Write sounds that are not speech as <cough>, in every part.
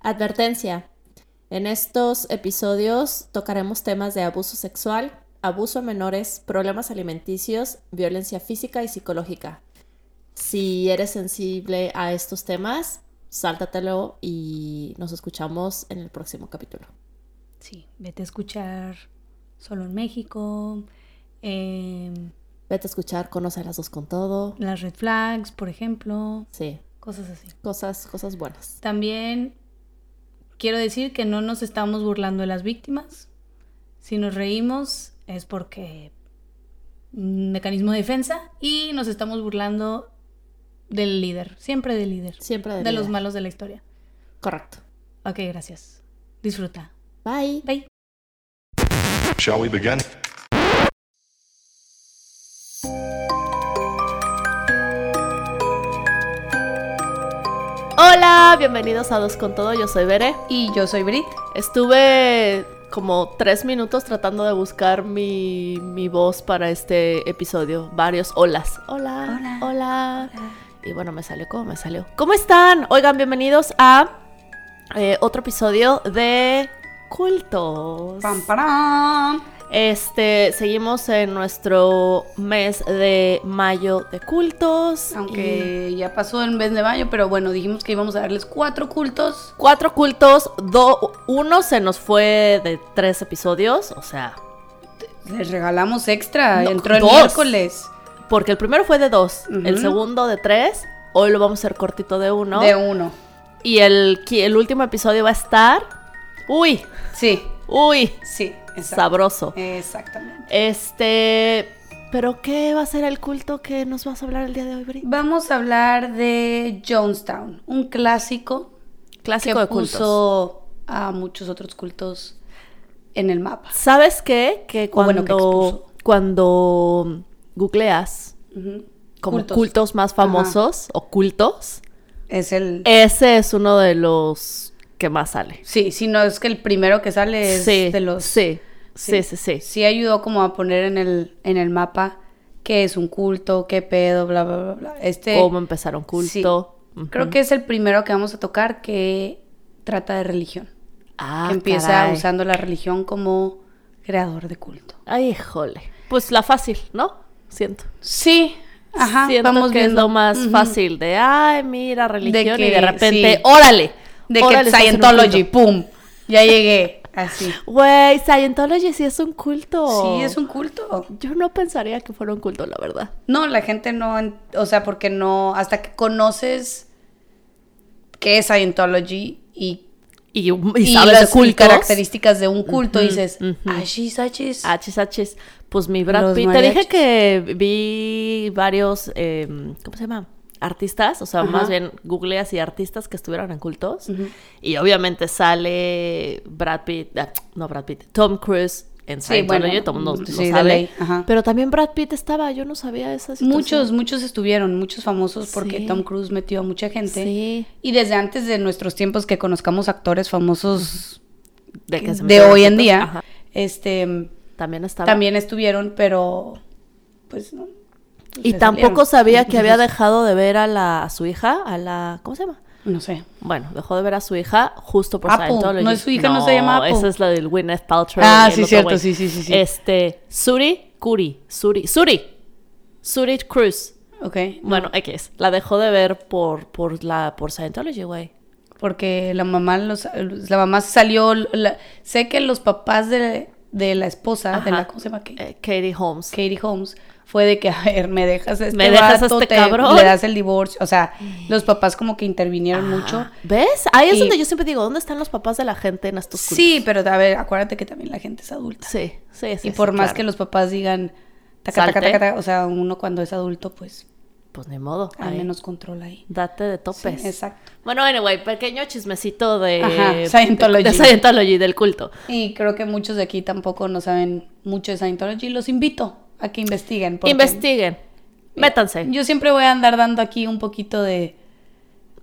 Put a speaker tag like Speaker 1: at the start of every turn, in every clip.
Speaker 1: Advertencia. En estos episodios tocaremos temas de abuso sexual, abuso a menores, problemas alimenticios, violencia física y psicológica. Si eres sensible a estos temas, sáltatelo y nos escuchamos en el próximo capítulo.
Speaker 2: Sí, vete a escuchar Solo en México, eh,
Speaker 1: Vete a escuchar, conoce a las dos con todo.
Speaker 2: las red flags, por ejemplo,
Speaker 1: Sí,
Speaker 2: cosas así.
Speaker 1: cosas, cosas buenas.
Speaker 2: También quiero decir que no nos estamos burlando de las víctimas. Si nos reímos es porque mm, mecanismo de defensa y nos estamos burlando del líder, siempre del líder,
Speaker 1: Siempre
Speaker 2: de
Speaker 1: del
Speaker 2: los
Speaker 1: líder.
Speaker 2: malos de la historia.
Speaker 1: Correcto.
Speaker 2: Ok, gracias. Disfruta.
Speaker 1: Bye.
Speaker 2: Bye.
Speaker 3: Shall we begin?
Speaker 1: Hola, bienvenidos a Dos con Todo. Yo soy Bere.
Speaker 2: Y yo soy Brit.
Speaker 1: Estuve como tres minutos tratando de buscar mi, mi voz para este episodio. Varios olas. Hola,
Speaker 2: Hola.
Speaker 1: hola. Y bueno, me salió como me salió. ¿Cómo están? Oigan, bienvenidos a eh, otro episodio de Cultos.
Speaker 2: Pam, parán.
Speaker 1: Este, seguimos en nuestro mes de mayo de cultos. y
Speaker 2: Aunque ya pasó el mes de mayo, pero bueno, dijimos que íbamos a darles cuatro cultos.
Speaker 1: Cuatro cultos, do- uno se nos fue de tres episodios, o sea,
Speaker 2: Les regalamos extra.
Speaker 1: No,
Speaker 2: Entró el
Speaker 1: dos.
Speaker 2: miércoles.
Speaker 1: Porque el primero fue de dos,
Speaker 2: Ujú.
Speaker 1: el segundo de tres, hoy lo vamos a hacer cortito de uno.
Speaker 2: De uno.
Speaker 1: Y el, qui- el último episodio va a estar... Uy,
Speaker 2: Sí,
Speaker 1: uy,
Speaker 2: sí, exacto.
Speaker 1: sabroso.
Speaker 2: Exactamente.
Speaker 1: Este... ¿Pero qué va a ser el culto que nos vas a hablar el día de hoy, Bri?
Speaker 2: Vamos a hablar de Jonestown, un clásico,
Speaker 1: Clásico
Speaker 2: que
Speaker 1: de cultos.
Speaker 2: puso a muchos otros cultos en el mapa.
Speaker 1: ¿Sabes qué? Que
Speaker 2: O
Speaker 1: cuando,
Speaker 2: bueno, que expuso.
Speaker 1: cuando googleas
Speaker 2: Ujú.
Speaker 1: como cultos, más famosos o cultos,
Speaker 2: Es el...
Speaker 1: ese es uno de los que más sale.
Speaker 2: Sí, si no es que el primero que sale es
Speaker 1: sí,
Speaker 2: de los...
Speaker 1: sí, sí, sí, sí.
Speaker 2: Sí ayudó como a poner en el, en el mapa qué es un culto, qué pedo, bla, bla, bla, bla. Este...
Speaker 1: cómo empezaron
Speaker 2: sí.
Speaker 1: culto. Ujú.
Speaker 2: Creo que es el primero que vamos a tocar que trata de religión.
Speaker 1: Ah,
Speaker 2: que empieza
Speaker 1: caray.
Speaker 2: usando la religión como creador de culto.
Speaker 1: Ay, híjole. Pues la fácil, ¿no? Siento.
Speaker 2: Sí, ajá,
Speaker 1: Siento
Speaker 2: vamos
Speaker 1: que
Speaker 2: viendo
Speaker 1: es lo más
Speaker 2: Ujú.
Speaker 1: fácil de, ay, mira, religión y
Speaker 2: que-
Speaker 1: de repente,
Speaker 2: sí.
Speaker 1: órale.
Speaker 2: De
Speaker 1: órale,
Speaker 2: que
Speaker 1: estás en un
Speaker 2: Scientology,
Speaker 1: culto.
Speaker 2: pum, ya llegué, así.
Speaker 1: Güey, Scientology sí es un culto.
Speaker 2: Sí, es un culto.
Speaker 1: Yo no pensaría que fuera un culto, la verdad.
Speaker 2: No, la gente no, en- o sea, porque no, hasta que conoces qué es Scientology y,
Speaker 1: Y, y,
Speaker 2: y
Speaker 1: sabes de
Speaker 2: las
Speaker 1: cultos.
Speaker 2: características de un culto, dices, "Ah,
Speaker 1: ujú. Ah,
Speaker 2: achis, achis.
Speaker 1: Hachis, hachis. Pues mi Brad
Speaker 2: Los
Speaker 1: Pitt. Te dije
Speaker 2: mariachis.
Speaker 1: que vi varios, eh, ¿cómo se llama? Artistas, o sea,
Speaker 2: Ajá.
Speaker 1: más bien googleas y artistas que estuvieron en cultos.
Speaker 2: Ujú.
Speaker 1: Y obviamente sale Brad Pitt, ah, no Brad Pitt, Tom Cruise en
Speaker 2: Sí,
Speaker 1: Scientology,
Speaker 2: bueno,
Speaker 1: todo el mundo lo
Speaker 2: sí, de
Speaker 1: sabe.
Speaker 2: ley, ajá.
Speaker 1: Pero también Brad Pitt estaba, yo no sabía esa situación.
Speaker 2: Muchos, muchos estuvieron, muchos famosos porque
Speaker 1: Sí.
Speaker 2: Tom Cruise metió a mucha gente.
Speaker 1: Sí.
Speaker 2: Y desde antes de nuestros tiempos que conozcamos actores famosos
Speaker 1: De, que se
Speaker 2: de
Speaker 1: metieron
Speaker 2: hoy en
Speaker 1: juntos.
Speaker 2: día,
Speaker 1: Ajá.
Speaker 2: este
Speaker 1: También estaba.
Speaker 2: también estuvieron, pero pues no.
Speaker 1: y
Speaker 2: se
Speaker 1: tampoco
Speaker 2: salieron.
Speaker 1: sabía que
Speaker 2: <laughs>
Speaker 1: había
Speaker 2: Entonces,
Speaker 1: dejado de ver a la a su hija, a la ¿cómo se llama?
Speaker 2: no sé.
Speaker 1: Bueno, dejó de ver a su hija justo por
Speaker 2: Apple.
Speaker 1: Scientology.
Speaker 2: Ah, No, su hija no se llama Apple.
Speaker 1: Esa es la del Gwyneth Paltrow.
Speaker 2: Ah,
Speaker 1: y el
Speaker 2: sí,
Speaker 1: otro
Speaker 2: cierto,
Speaker 1: güey.
Speaker 2: sí, sí, sí, sí.
Speaker 1: Este, Suri Kuri, Suri, Suri, Suri Cruz.
Speaker 2: Ok.
Speaker 1: Bueno, X, la dejó de ver por, por, la, por Scientology, güey.
Speaker 2: Porque la mamá los, la mamá salió la- sé que los papás de, de la esposa, de
Speaker 1: Ajá.
Speaker 2: la ¿cómo se llama? Kate,
Speaker 1: Eh, Katie Holmes.
Speaker 2: Katie Holmes fue de que, a ver, me dejas a este
Speaker 1: Me dejas a
Speaker 2: vato,
Speaker 1: este
Speaker 2: te-
Speaker 1: cabrón.
Speaker 2: le das el divorcio, o sea, los papás como que intervinieron
Speaker 1: Ah,
Speaker 2: mucho.
Speaker 1: ¿Ves? Ahí es
Speaker 2: Y-
Speaker 1: donde yo siempre digo, ¿dónde están los papás de la gente en estos cultos?
Speaker 2: Sí, pero a ver, acuérdate que también la gente es adulta.
Speaker 1: Sí, sí, sí.
Speaker 2: y por
Speaker 1: sí,
Speaker 2: más
Speaker 1: claro.
Speaker 2: que los papás digan, taca, taca,
Speaker 1: Salte.
Speaker 2: taca, taca, o sea, uno cuando es adulto, pues
Speaker 1: Pues ni modo.
Speaker 2: al
Speaker 1: ahí.
Speaker 2: menos controla ahí.
Speaker 1: Date de
Speaker 2: Sí,
Speaker 1: topes.
Speaker 2: exacto.
Speaker 1: Bueno, anyway, pequeño chismecito de,
Speaker 2: Ajá, Scientology.
Speaker 1: de Scientology, del culto.
Speaker 2: Y creo que muchos de aquí tampoco no saben mucho de Scientology. Los invito a que investiguen. porque- Eh,
Speaker 1: Investiguen. Métanse.
Speaker 2: Yo siempre voy a andar dando aquí un poquito de,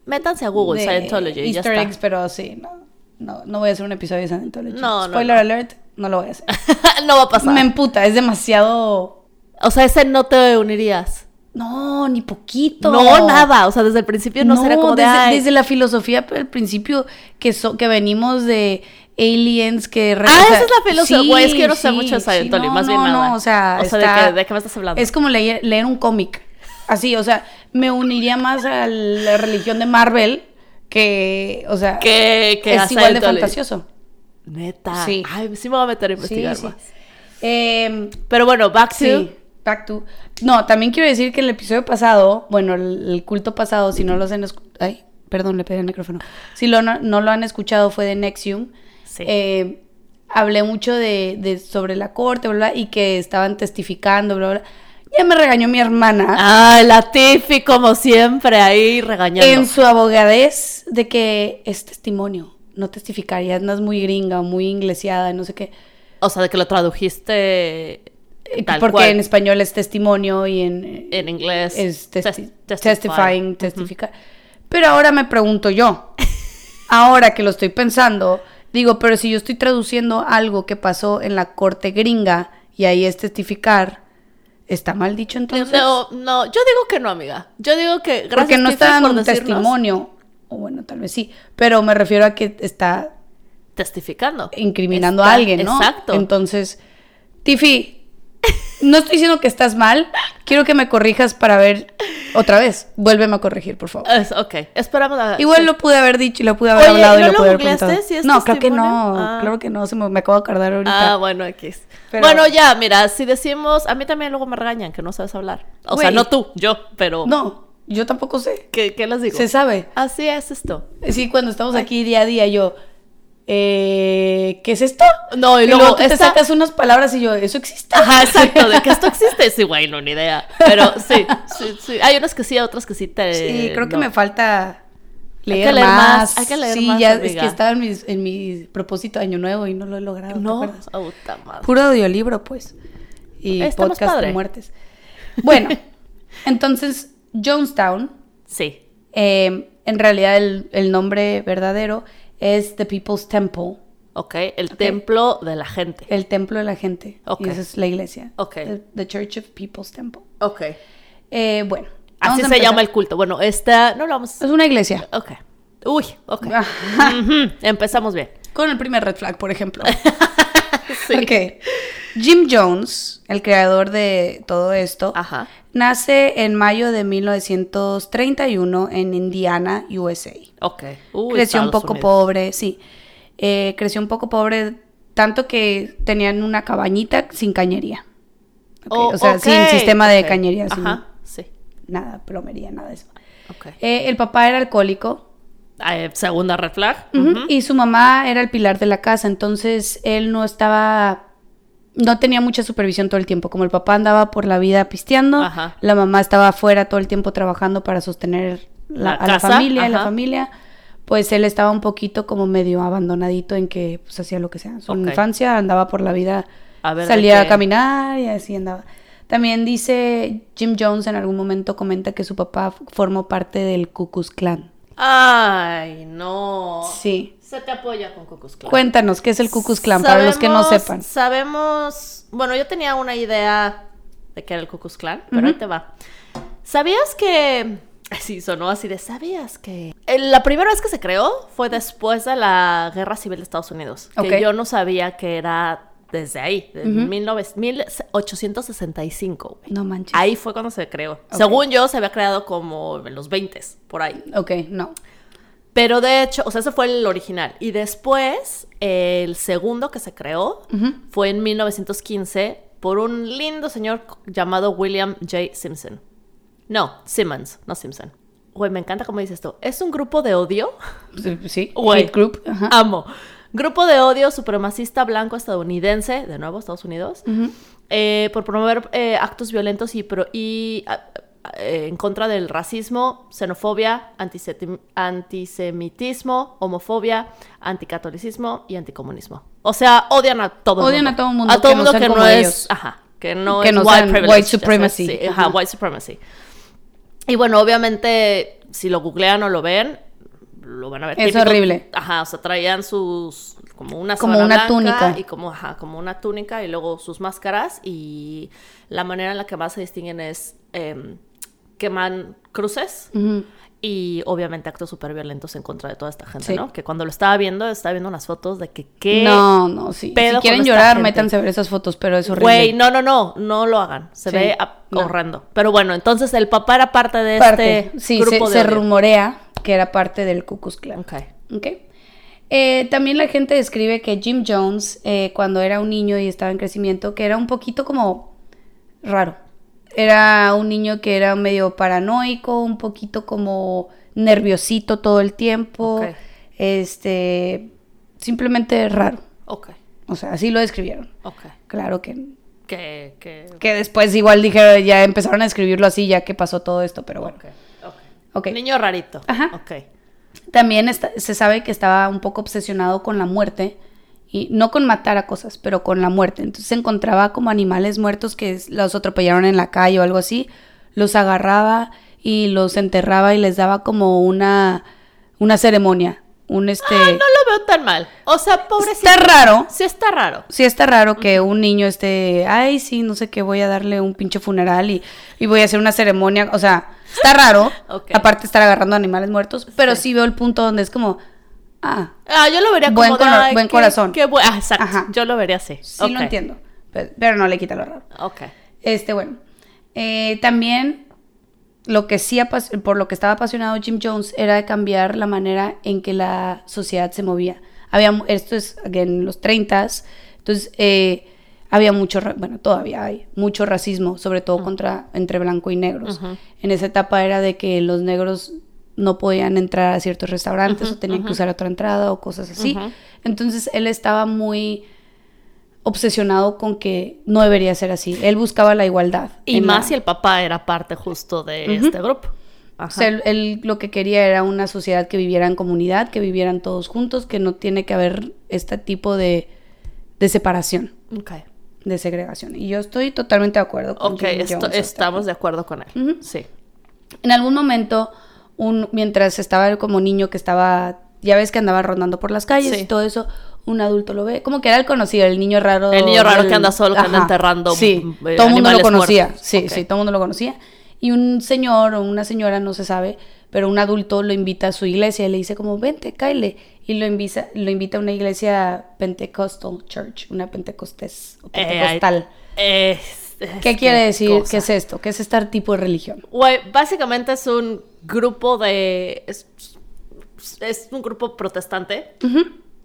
Speaker 1: Métanse a Google
Speaker 2: de
Speaker 1: Scientology. y ya
Speaker 2: Easter
Speaker 1: está.
Speaker 2: eggs, pero sí, no, no, no voy a hacer un episodio de Scientology.
Speaker 1: No, no,
Speaker 2: Spoiler
Speaker 1: no.
Speaker 2: alert, no lo voy
Speaker 1: <laughs>
Speaker 2: a hacer.
Speaker 1: no va a pasar.
Speaker 2: Me emputa, es demasiado...
Speaker 1: O sea, ese no te unirías.
Speaker 2: No, ni poquito.
Speaker 1: No, nada. O sea, desde el principio no, será como de,
Speaker 2: desde,
Speaker 1: "Ay,
Speaker 2: desde la filosofía al principio que so- que venimos de aliens que re-
Speaker 1: Ah,
Speaker 2: o sea,
Speaker 1: esa es la filosofía. Güey, es que yo no sé
Speaker 2: sí,
Speaker 1: mucho de
Speaker 2: sí,
Speaker 1: Scientology,
Speaker 2: no,
Speaker 1: más bien
Speaker 2: no,
Speaker 1: nada.
Speaker 2: No, o sea,
Speaker 1: O sea,
Speaker 2: está-
Speaker 1: ¿de, qué, de qué me estás hablando?
Speaker 2: es como leer, leer un cómic. Así, o sea, me uniría más a la religión de Marvel que, o sea,
Speaker 1: que, que a
Speaker 2: es igual de
Speaker 1: Scientology.
Speaker 2: fantasioso.
Speaker 1: Neta.
Speaker 2: Sí.
Speaker 1: Ay, sí me voy a meter a investigar
Speaker 2: sí.
Speaker 1: más.
Speaker 2: Eh,
Speaker 1: Pero bueno, back to...
Speaker 2: Sí, back to. No, también quiero decir que el episodio pasado, bueno, el, el culto pasado, si no los han escu- Ay, perdón, le pegué el micrófono. Si lo, no, no lo han escuchado, fue de Nexium.
Speaker 1: Sí.
Speaker 2: Eh, hablé mucho de, de- sobre la corte, bla, bla, y que estaban testificando, bla, bla. Ya me regañó mi hermana
Speaker 1: Ay, la Tiffy, como siempre, ahí regañando.
Speaker 2: en su abogadez de que es testimonio, no testificar. Ya andas muy gringa, muy ingleseada, no sé qué.
Speaker 1: O sea, de que lo tradujiste
Speaker 2: Eh,
Speaker 1: tal
Speaker 2: Porque
Speaker 1: cual.
Speaker 2: en español es testimonio y en,
Speaker 1: En inglés.
Speaker 2: es testi-
Speaker 1: tes-
Speaker 2: testifying, testificar. Pero ahora me
Speaker 1: <laughs>
Speaker 2: pregunto yo, ahora que lo estoy pensando, digo, pero si yo estoy traduciendo algo que pasó en la corte gringa y ahí es testificar, ¿está mal dicho entonces?
Speaker 1: No, no, yo digo que no, amiga. Yo digo que gracias
Speaker 2: Porque no
Speaker 1: Tiffy,
Speaker 2: está dando
Speaker 1: por
Speaker 2: un
Speaker 1: decirnos-
Speaker 2: testimonio. O bueno, tal vez sí, pero me refiero a que está
Speaker 1: Testificando.
Speaker 2: incriminando
Speaker 1: Está-
Speaker 2: a alguien, ¿no?
Speaker 1: Exacto.
Speaker 2: Entonces, Tiffy, no estoy diciendo que estás mal, quiero que me corrijas para ver otra vez. Vuélveme a corregir, por favor.
Speaker 1: Es- ok, esperamos a...
Speaker 2: Igual
Speaker 1: sí.
Speaker 2: lo pude haber dicho y lo pude haber
Speaker 1: Oye,
Speaker 2: hablado y
Speaker 1: ¿no
Speaker 2: lo
Speaker 1: lo
Speaker 2: pude haber
Speaker 1: googleaste
Speaker 2: preguntado.
Speaker 1: si es
Speaker 2: no, creo que no,
Speaker 1: testimonio? Ah.
Speaker 2: claro que no, se me, me acabo de acordar ahorita.
Speaker 1: Ah, bueno, X.
Speaker 2: Pero-
Speaker 1: Bueno, ya, mira, si decimos... A mí también luego me regañan que no sabes hablar. O sea,
Speaker 2: Güey.
Speaker 1: no tú, yo, pero...
Speaker 2: No, yo tampoco sé.
Speaker 1: ¿Qué, qué les digo?
Speaker 2: Se sabe.
Speaker 1: Así es esto.
Speaker 2: Sí, cuando estamos aquí día a día yo eh, ¿qué es esto?
Speaker 1: No, y luego
Speaker 2: tú te
Speaker 1: esta-
Speaker 2: sacas unas palabras y yo, eso existe.
Speaker 1: Ajá, exacto, de que
Speaker 2: <laughs>
Speaker 1: esto existe. Sí, güey, no, ni idea. Pero sí, sí, sí. Hay unas que sí, otras que sí te...
Speaker 2: Sí, creo que
Speaker 1: no.
Speaker 2: me falta
Speaker 1: Hay
Speaker 2: leer,
Speaker 1: que leer
Speaker 2: más.
Speaker 1: más, hay que leer
Speaker 2: sí,
Speaker 1: más,
Speaker 2: ya es
Speaker 1: amiga.
Speaker 2: que estaba en mis- en mi propósito de año nuevo y no lo he logrado. ¿te
Speaker 1: No,
Speaker 2: acuerdas?
Speaker 1: oh, puta madre.
Speaker 2: Puro audiolibro, pues. Y
Speaker 1: Está más
Speaker 2: podcast de
Speaker 1: padre.
Speaker 2: muertes.
Speaker 1: <laughs>
Speaker 2: Bueno, entonces, Jonestown,
Speaker 1: Sí.
Speaker 2: eh, en realidad el, el nombre verdadero es The People's Temple,
Speaker 1: Ok, el templo de la gente.
Speaker 2: el templo de la gente.
Speaker 1: Ok.
Speaker 2: Y esa es la iglesia.
Speaker 1: Ok.
Speaker 2: The, the Church of People's Temple.
Speaker 1: Ok.
Speaker 2: Eh, bueno. vamos
Speaker 1: Así
Speaker 2: a
Speaker 1: se
Speaker 2: empezar.
Speaker 1: llama el culto. Bueno, esta no lo vamos.
Speaker 2: Es una iglesia.
Speaker 1: Ok. Uy, ok.
Speaker 2: Ah.
Speaker 1: Ujú, Empezamos
Speaker 2: <laughs>
Speaker 1: bien.
Speaker 2: Con el primer red flag, por <laughs> ejemplo.
Speaker 1: Sí.
Speaker 2: Ok. Jim Jones, el creador de todo esto,
Speaker 1: Ajá.
Speaker 2: nace en mayo de 1931 en Indiana, USA.
Speaker 1: Ok. Uy,
Speaker 2: creció un
Speaker 1: Estados
Speaker 2: poco
Speaker 1: Unidos.
Speaker 2: pobre, sí. Eh, creció un poco pobre, tanto que tenían una cabañita sin cañería. Ok,
Speaker 1: Oh,
Speaker 2: o sea,
Speaker 1: ok,
Speaker 2: sin sistema de
Speaker 1: ok.
Speaker 2: cañería, sin
Speaker 1: Ajá. Sí.
Speaker 2: nada, plomería, nada de eso.
Speaker 1: Ok.
Speaker 2: Eh, el papá era alcohólico,
Speaker 1: Ah, eh, segunda red flag.
Speaker 2: Ujú,
Speaker 1: Ujú.
Speaker 2: Y su mamá era el pilar de la casa, entonces él no estaba, no tenía mucha supervisión todo el tiempo. Como el papá andaba por la vida pisteando,
Speaker 1: Ajá.
Speaker 2: la mamá estaba afuera todo el tiempo trabajando para sostener
Speaker 1: La
Speaker 2: la- a
Speaker 1: casa,
Speaker 2: la familia, y la
Speaker 1: ajá.
Speaker 2: familia. Pues él estaba un poquito como medio abandonadito en que pues, hacía lo que sea. Su
Speaker 1: Ok.
Speaker 2: infancia andaba por la vida,
Speaker 1: A ver, ¿de
Speaker 2: salía a
Speaker 1: qué?
Speaker 2: caminar y así andaba. También dice Jim Jones en algún momento comenta que su papá f- formó parte del Ku Klux Klan.
Speaker 1: Ay, no.
Speaker 2: Sí.
Speaker 1: Se te apoya con Cucus Clan.
Speaker 2: Cuéntanos, ¿qué es el Ku Klux Klan? Para los que no
Speaker 1: Sabemos-
Speaker 2: sepan.
Speaker 1: Sabemos, bueno, yo tenía una idea de que era el Ku Klux Klan, pero
Speaker 2: Ujú.
Speaker 1: ahí te va. ¿Sabías que sí sonó así de sabías que Eh, la primera vez que se creó fue después de la Guerra Civil de Estados Unidos, que
Speaker 2: Ok.
Speaker 1: yo no sabía que era desde ahí, de
Speaker 2: Ujú.
Speaker 1: 19- 1865. güey.
Speaker 2: No manches.
Speaker 1: Ahí fue cuando se creó. Según yo se había creado como en los 20 por ahí.
Speaker 2: Ok, no.
Speaker 1: Pero de hecho, o sea, ese fue el original. Y después, el segundo que se creó
Speaker 2: Ujú.
Speaker 1: fue en 1915 por un lindo señor llamado William J. Simpson. No, Simmons, no Simpson. Güey, me encanta cómo dices esto. Es un grupo de odio.
Speaker 2: Sí, Sí,
Speaker 1: Güey.
Speaker 2: Hate Group. Ajá.
Speaker 1: <laughs> Amo. Grupo de odio supremacista blanco estadounidense, de nuevo Estados Unidos,
Speaker 2: Ujú.
Speaker 1: eh, por promover eh, actos violentos y, pro- y, ah, ah, eh, en contra del racismo, xenofobia, antiseti- antisemitismo, homofobia, anticatolicismo y anticomunismo. O sea, odian a todo el
Speaker 2: Odian
Speaker 1: mundo.
Speaker 2: a todo el mundo
Speaker 1: A todo
Speaker 2: que no
Speaker 1: mundo
Speaker 2: sean
Speaker 1: que
Speaker 2: como
Speaker 1: no
Speaker 2: ellos.
Speaker 1: es. Ajá. Que no
Speaker 2: Que
Speaker 1: es
Speaker 2: no
Speaker 1: white
Speaker 2: sean
Speaker 1: privilege,
Speaker 2: white
Speaker 1: ya sabes,
Speaker 2: supremacy.
Speaker 1: sí, ajá,
Speaker 2: Ujú.
Speaker 1: white supremacy. Y bueno, obviamente, si lo googlean o lo ven, lo van a ver.
Speaker 2: Es horrible.
Speaker 1: Ajá, o sea, traían sus como una
Speaker 2: Como
Speaker 1: sábana
Speaker 2: una
Speaker 1: blanca
Speaker 2: túnica.
Speaker 1: y como ajá, como una túnica y luego sus máscaras y la manera en la que más se distinguen es em, queman cruces
Speaker 2: Ujú.
Speaker 1: y obviamente actos súper violentos en contra de toda esta gente,
Speaker 2: Sí.
Speaker 1: ¿no? Que cuando lo estaba viendo, estaba viendo unas fotos de que qué...
Speaker 2: No, no, sí.
Speaker 1: pedo
Speaker 2: si
Speaker 1: con
Speaker 2: quieren
Speaker 1: esta
Speaker 2: llorar,
Speaker 1: gente?
Speaker 2: métanse a ver esas fotos, pero es horrible.
Speaker 1: Güey, no, no, no, no lo hagan. Se
Speaker 2: Sí,
Speaker 1: ve a-
Speaker 2: no.
Speaker 1: horrendo. Pero bueno, entonces el papá era parte de
Speaker 2: parte.
Speaker 1: este
Speaker 2: sí,
Speaker 1: grupo
Speaker 2: se,
Speaker 1: de
Speaker 2: se
Speaker 1: odio.
Speaker 2: rumorea que era parte del Ku Klux Klan.
Speaker 1: Ok.
Speaker 2: Ok. Eh, también la gente describe que Jim Jones, eh, cuando era un niño y estaba en crecimiento, que era un poquito como raro. Era un niño que era medio paranoico, un poquito como nerviosito todo el tiempo.
Speaker 1: Ok.
Speaker 2: Este, simplemente raro.
Speaker 1: Ok.
Speaker 2: O sea, así lo describieron.
Speaker 1: Ok.
Speaker 2: Claro que,
Speaker 1: Que, que...
Speaker 2: que después igual dijeron, ya empezaron a escribirlo así, ya que pasó todo esto, pero bueno.
Speaker 1: ok, ok.
Speaker 2: Ok.
Speaker 1: Niño rarito.
Speaker 2: Ajá.
Speaker 1: Ok.
Speaker 2: También está- se sabe que estaba un poco obsesionado con la muerte, y no con matar a cosas, pero con la muerte. Entonces se encontraba como animales muertos que es- los atropellaron en la calle o algo así, los agarraba y los enterraba y les daba como una, una ceremonia, un este...
Speaker 1: Ah, No lo veo tan mal. O sea, pobrecito.
Speaker 2: está raro.
Speaker 1: Sí está raro.
Speaker 2: Sí está raro que un niño esté, ay, sí, no sé qué, voy a darle un pinche funeral y, y voy a hacer una ceremonia. O sea, está raro.
Speaker 1: <laughs> Ok.
Speaker 2: Aparte de estar agarrando animales muertos, pero
Speaker 1: Sí.
Speaker 2: sí. veo el punto donde es como, ah,
Speaker 1: Ah, yo lo vería
Speaker 2: Buen
Speaker 1: como... de,
Speaker 2: colo-
Speaker 1: ay,
Speaker 2: buen
Speaker 1: qué-
Speaker 2: corazón.
Speaker 1: Qué bu- Ah, exacto.
Speaker 2: Ajá.
Speaker 1: Yo lo vería así.
Speaker 2: sí lo
Speaker 1: Ok.
Speaker 2: entiendo, pero, pero no le quita lo raro.
Speaker 1: Ok.
Speaker 2: Este, bueno, eh, también lo que sí, apas- por lo que estaba apasionado Jim Jones era de cambiar la manera en que la sociedad se movía. Había, mu- esto es again, en los 30s, entonces eh, había mucho, ra- bueno, todavía hay mucho racismo, sobre todo contra, entre blanco y negros.
Speaker 1: Ujú.
Speaker 2: En esa etapa era de que los negros no podían entrar a ciertos restaurantes o tenían que usar otra entrada o cosas así.
Speaker 1: Ujú.
Speaker 2: Entonces él estaba muy obsesionado con que no debería ser así. Él buscaba la igualdad.
Speaker 1: Y
Speaker 2: en
Speaker 1: más
Speaker 2: la-
Speaker 1: si el papá era parte justo de
Speaker 2: Ujú.
Speaker 1: este grupo. Ajá.
Speaker 2: o sea, él, él lo que quería era una sociedad que viviera en comunidad, que vivieran todos juntos, que no tiene que haber este tipo de, de separación,
Speaker 1: Ok.
Speaker 2: de segregación. Y yo estoy totalmente de acuerdo con
Speaker 1: Ok,
Speaker 2: Jim
Speaker 1: esto-
Speaker 2: Jones hasta
Speaker 1: estamos de acuerdo con él.
Speaker 2: Ujú.
Speaker 1: Sí.
Speaker 2: En algún momento, un, mientras estaba él como niño que estaba, ya ves que andaba rondando por las calles
Speaker 1: Sí.
Speaker 2: y todo eso, un adulto lo ve, como que era el conocido, el niño raro.
Speaker 1: El niño raro
Speaker 2: del-
Speaker 1: que anda solo, que anda
Speaker 2: Ajá.
Speaker 1: enterrando, eh,
Speaker 2: Sí, todo el mundo lo
Speaker 1: animales
Speaker 2: conocía,
Speaker 1: muertos.
Speaker 2: sí,
Speaker 1: Ok.
Speaker 2: sí, todo el mundo lo conocía. Y un señor o una señora, no se sabe, pero un adulto lo invita a su iglesia y le dice como, vente, cáele. Y lo invita, lo invita a una iglesia Pentecostal Church, una pentecostés o
Speaker 1: Eh,
Speaker 2: pentecostal.
Speaker 1: ay, es- es
Speaker 2: ¿Qué
Speaker 1: que
Speaker 2: quiere decir?
Speaker 1: cosa.
Speaker 2: ¿Qué es esto? ¿Qué es este tipo de religión?
Speaker 1: Güey, básicamente es un grupo de. Es, es un grupo protestante,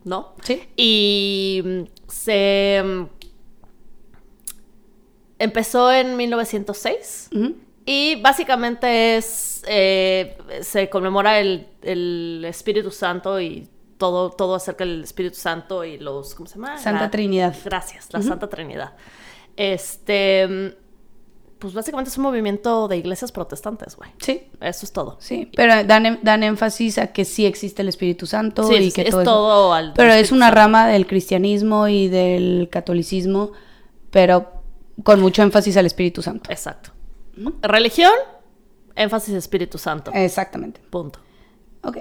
Speaker 1: ¿no?
Speaker 2: Sí.
Speaker 1: Y mm, se. mm, Empezó en 1906.
Speaker 2: Ujú.
Speaker 1: Y básicamente es. eh, se conmemora el, el Espíritu Santo y todo, todo acerca del Espíritu Santo y los. ¿Cómo se llama?
Speaker 2: Santa
Speaker 1: La-
Speaker 2: Trinidad.
Speaker 1: Gracias, la Santa Trinidad. Este. Pues básicamente es un movimiento de iglesias protestantes, güey.
Speaker 2: Sí,
Speaker 1: Eso es todo.
Speaker 2: Sí, pero dan, en- dan énfasis a que sí existe el Espíritu Santo
Speaker 1: Sí,
Speaker 2: y
Speaker 1: es-
Speaker 2: que
Speaker 1: es
Speaker 2: todo eso.
Speaker 1: todo al-
Speaker 2: Pero es
Speaker 1: Espíritu
Speaker 2: una
Speaker 1: Santo.
Speaker 2: rama del cristianismo y del catolicismo, pero con mucho énfasis al Espíritu Santo.
Speaker 1: Exacto. Religión, énfasis Espíritu Santo.
Speaker 2: Eh. Exactamente.
Speaker 1: Punto.
Speaker 2: Ok.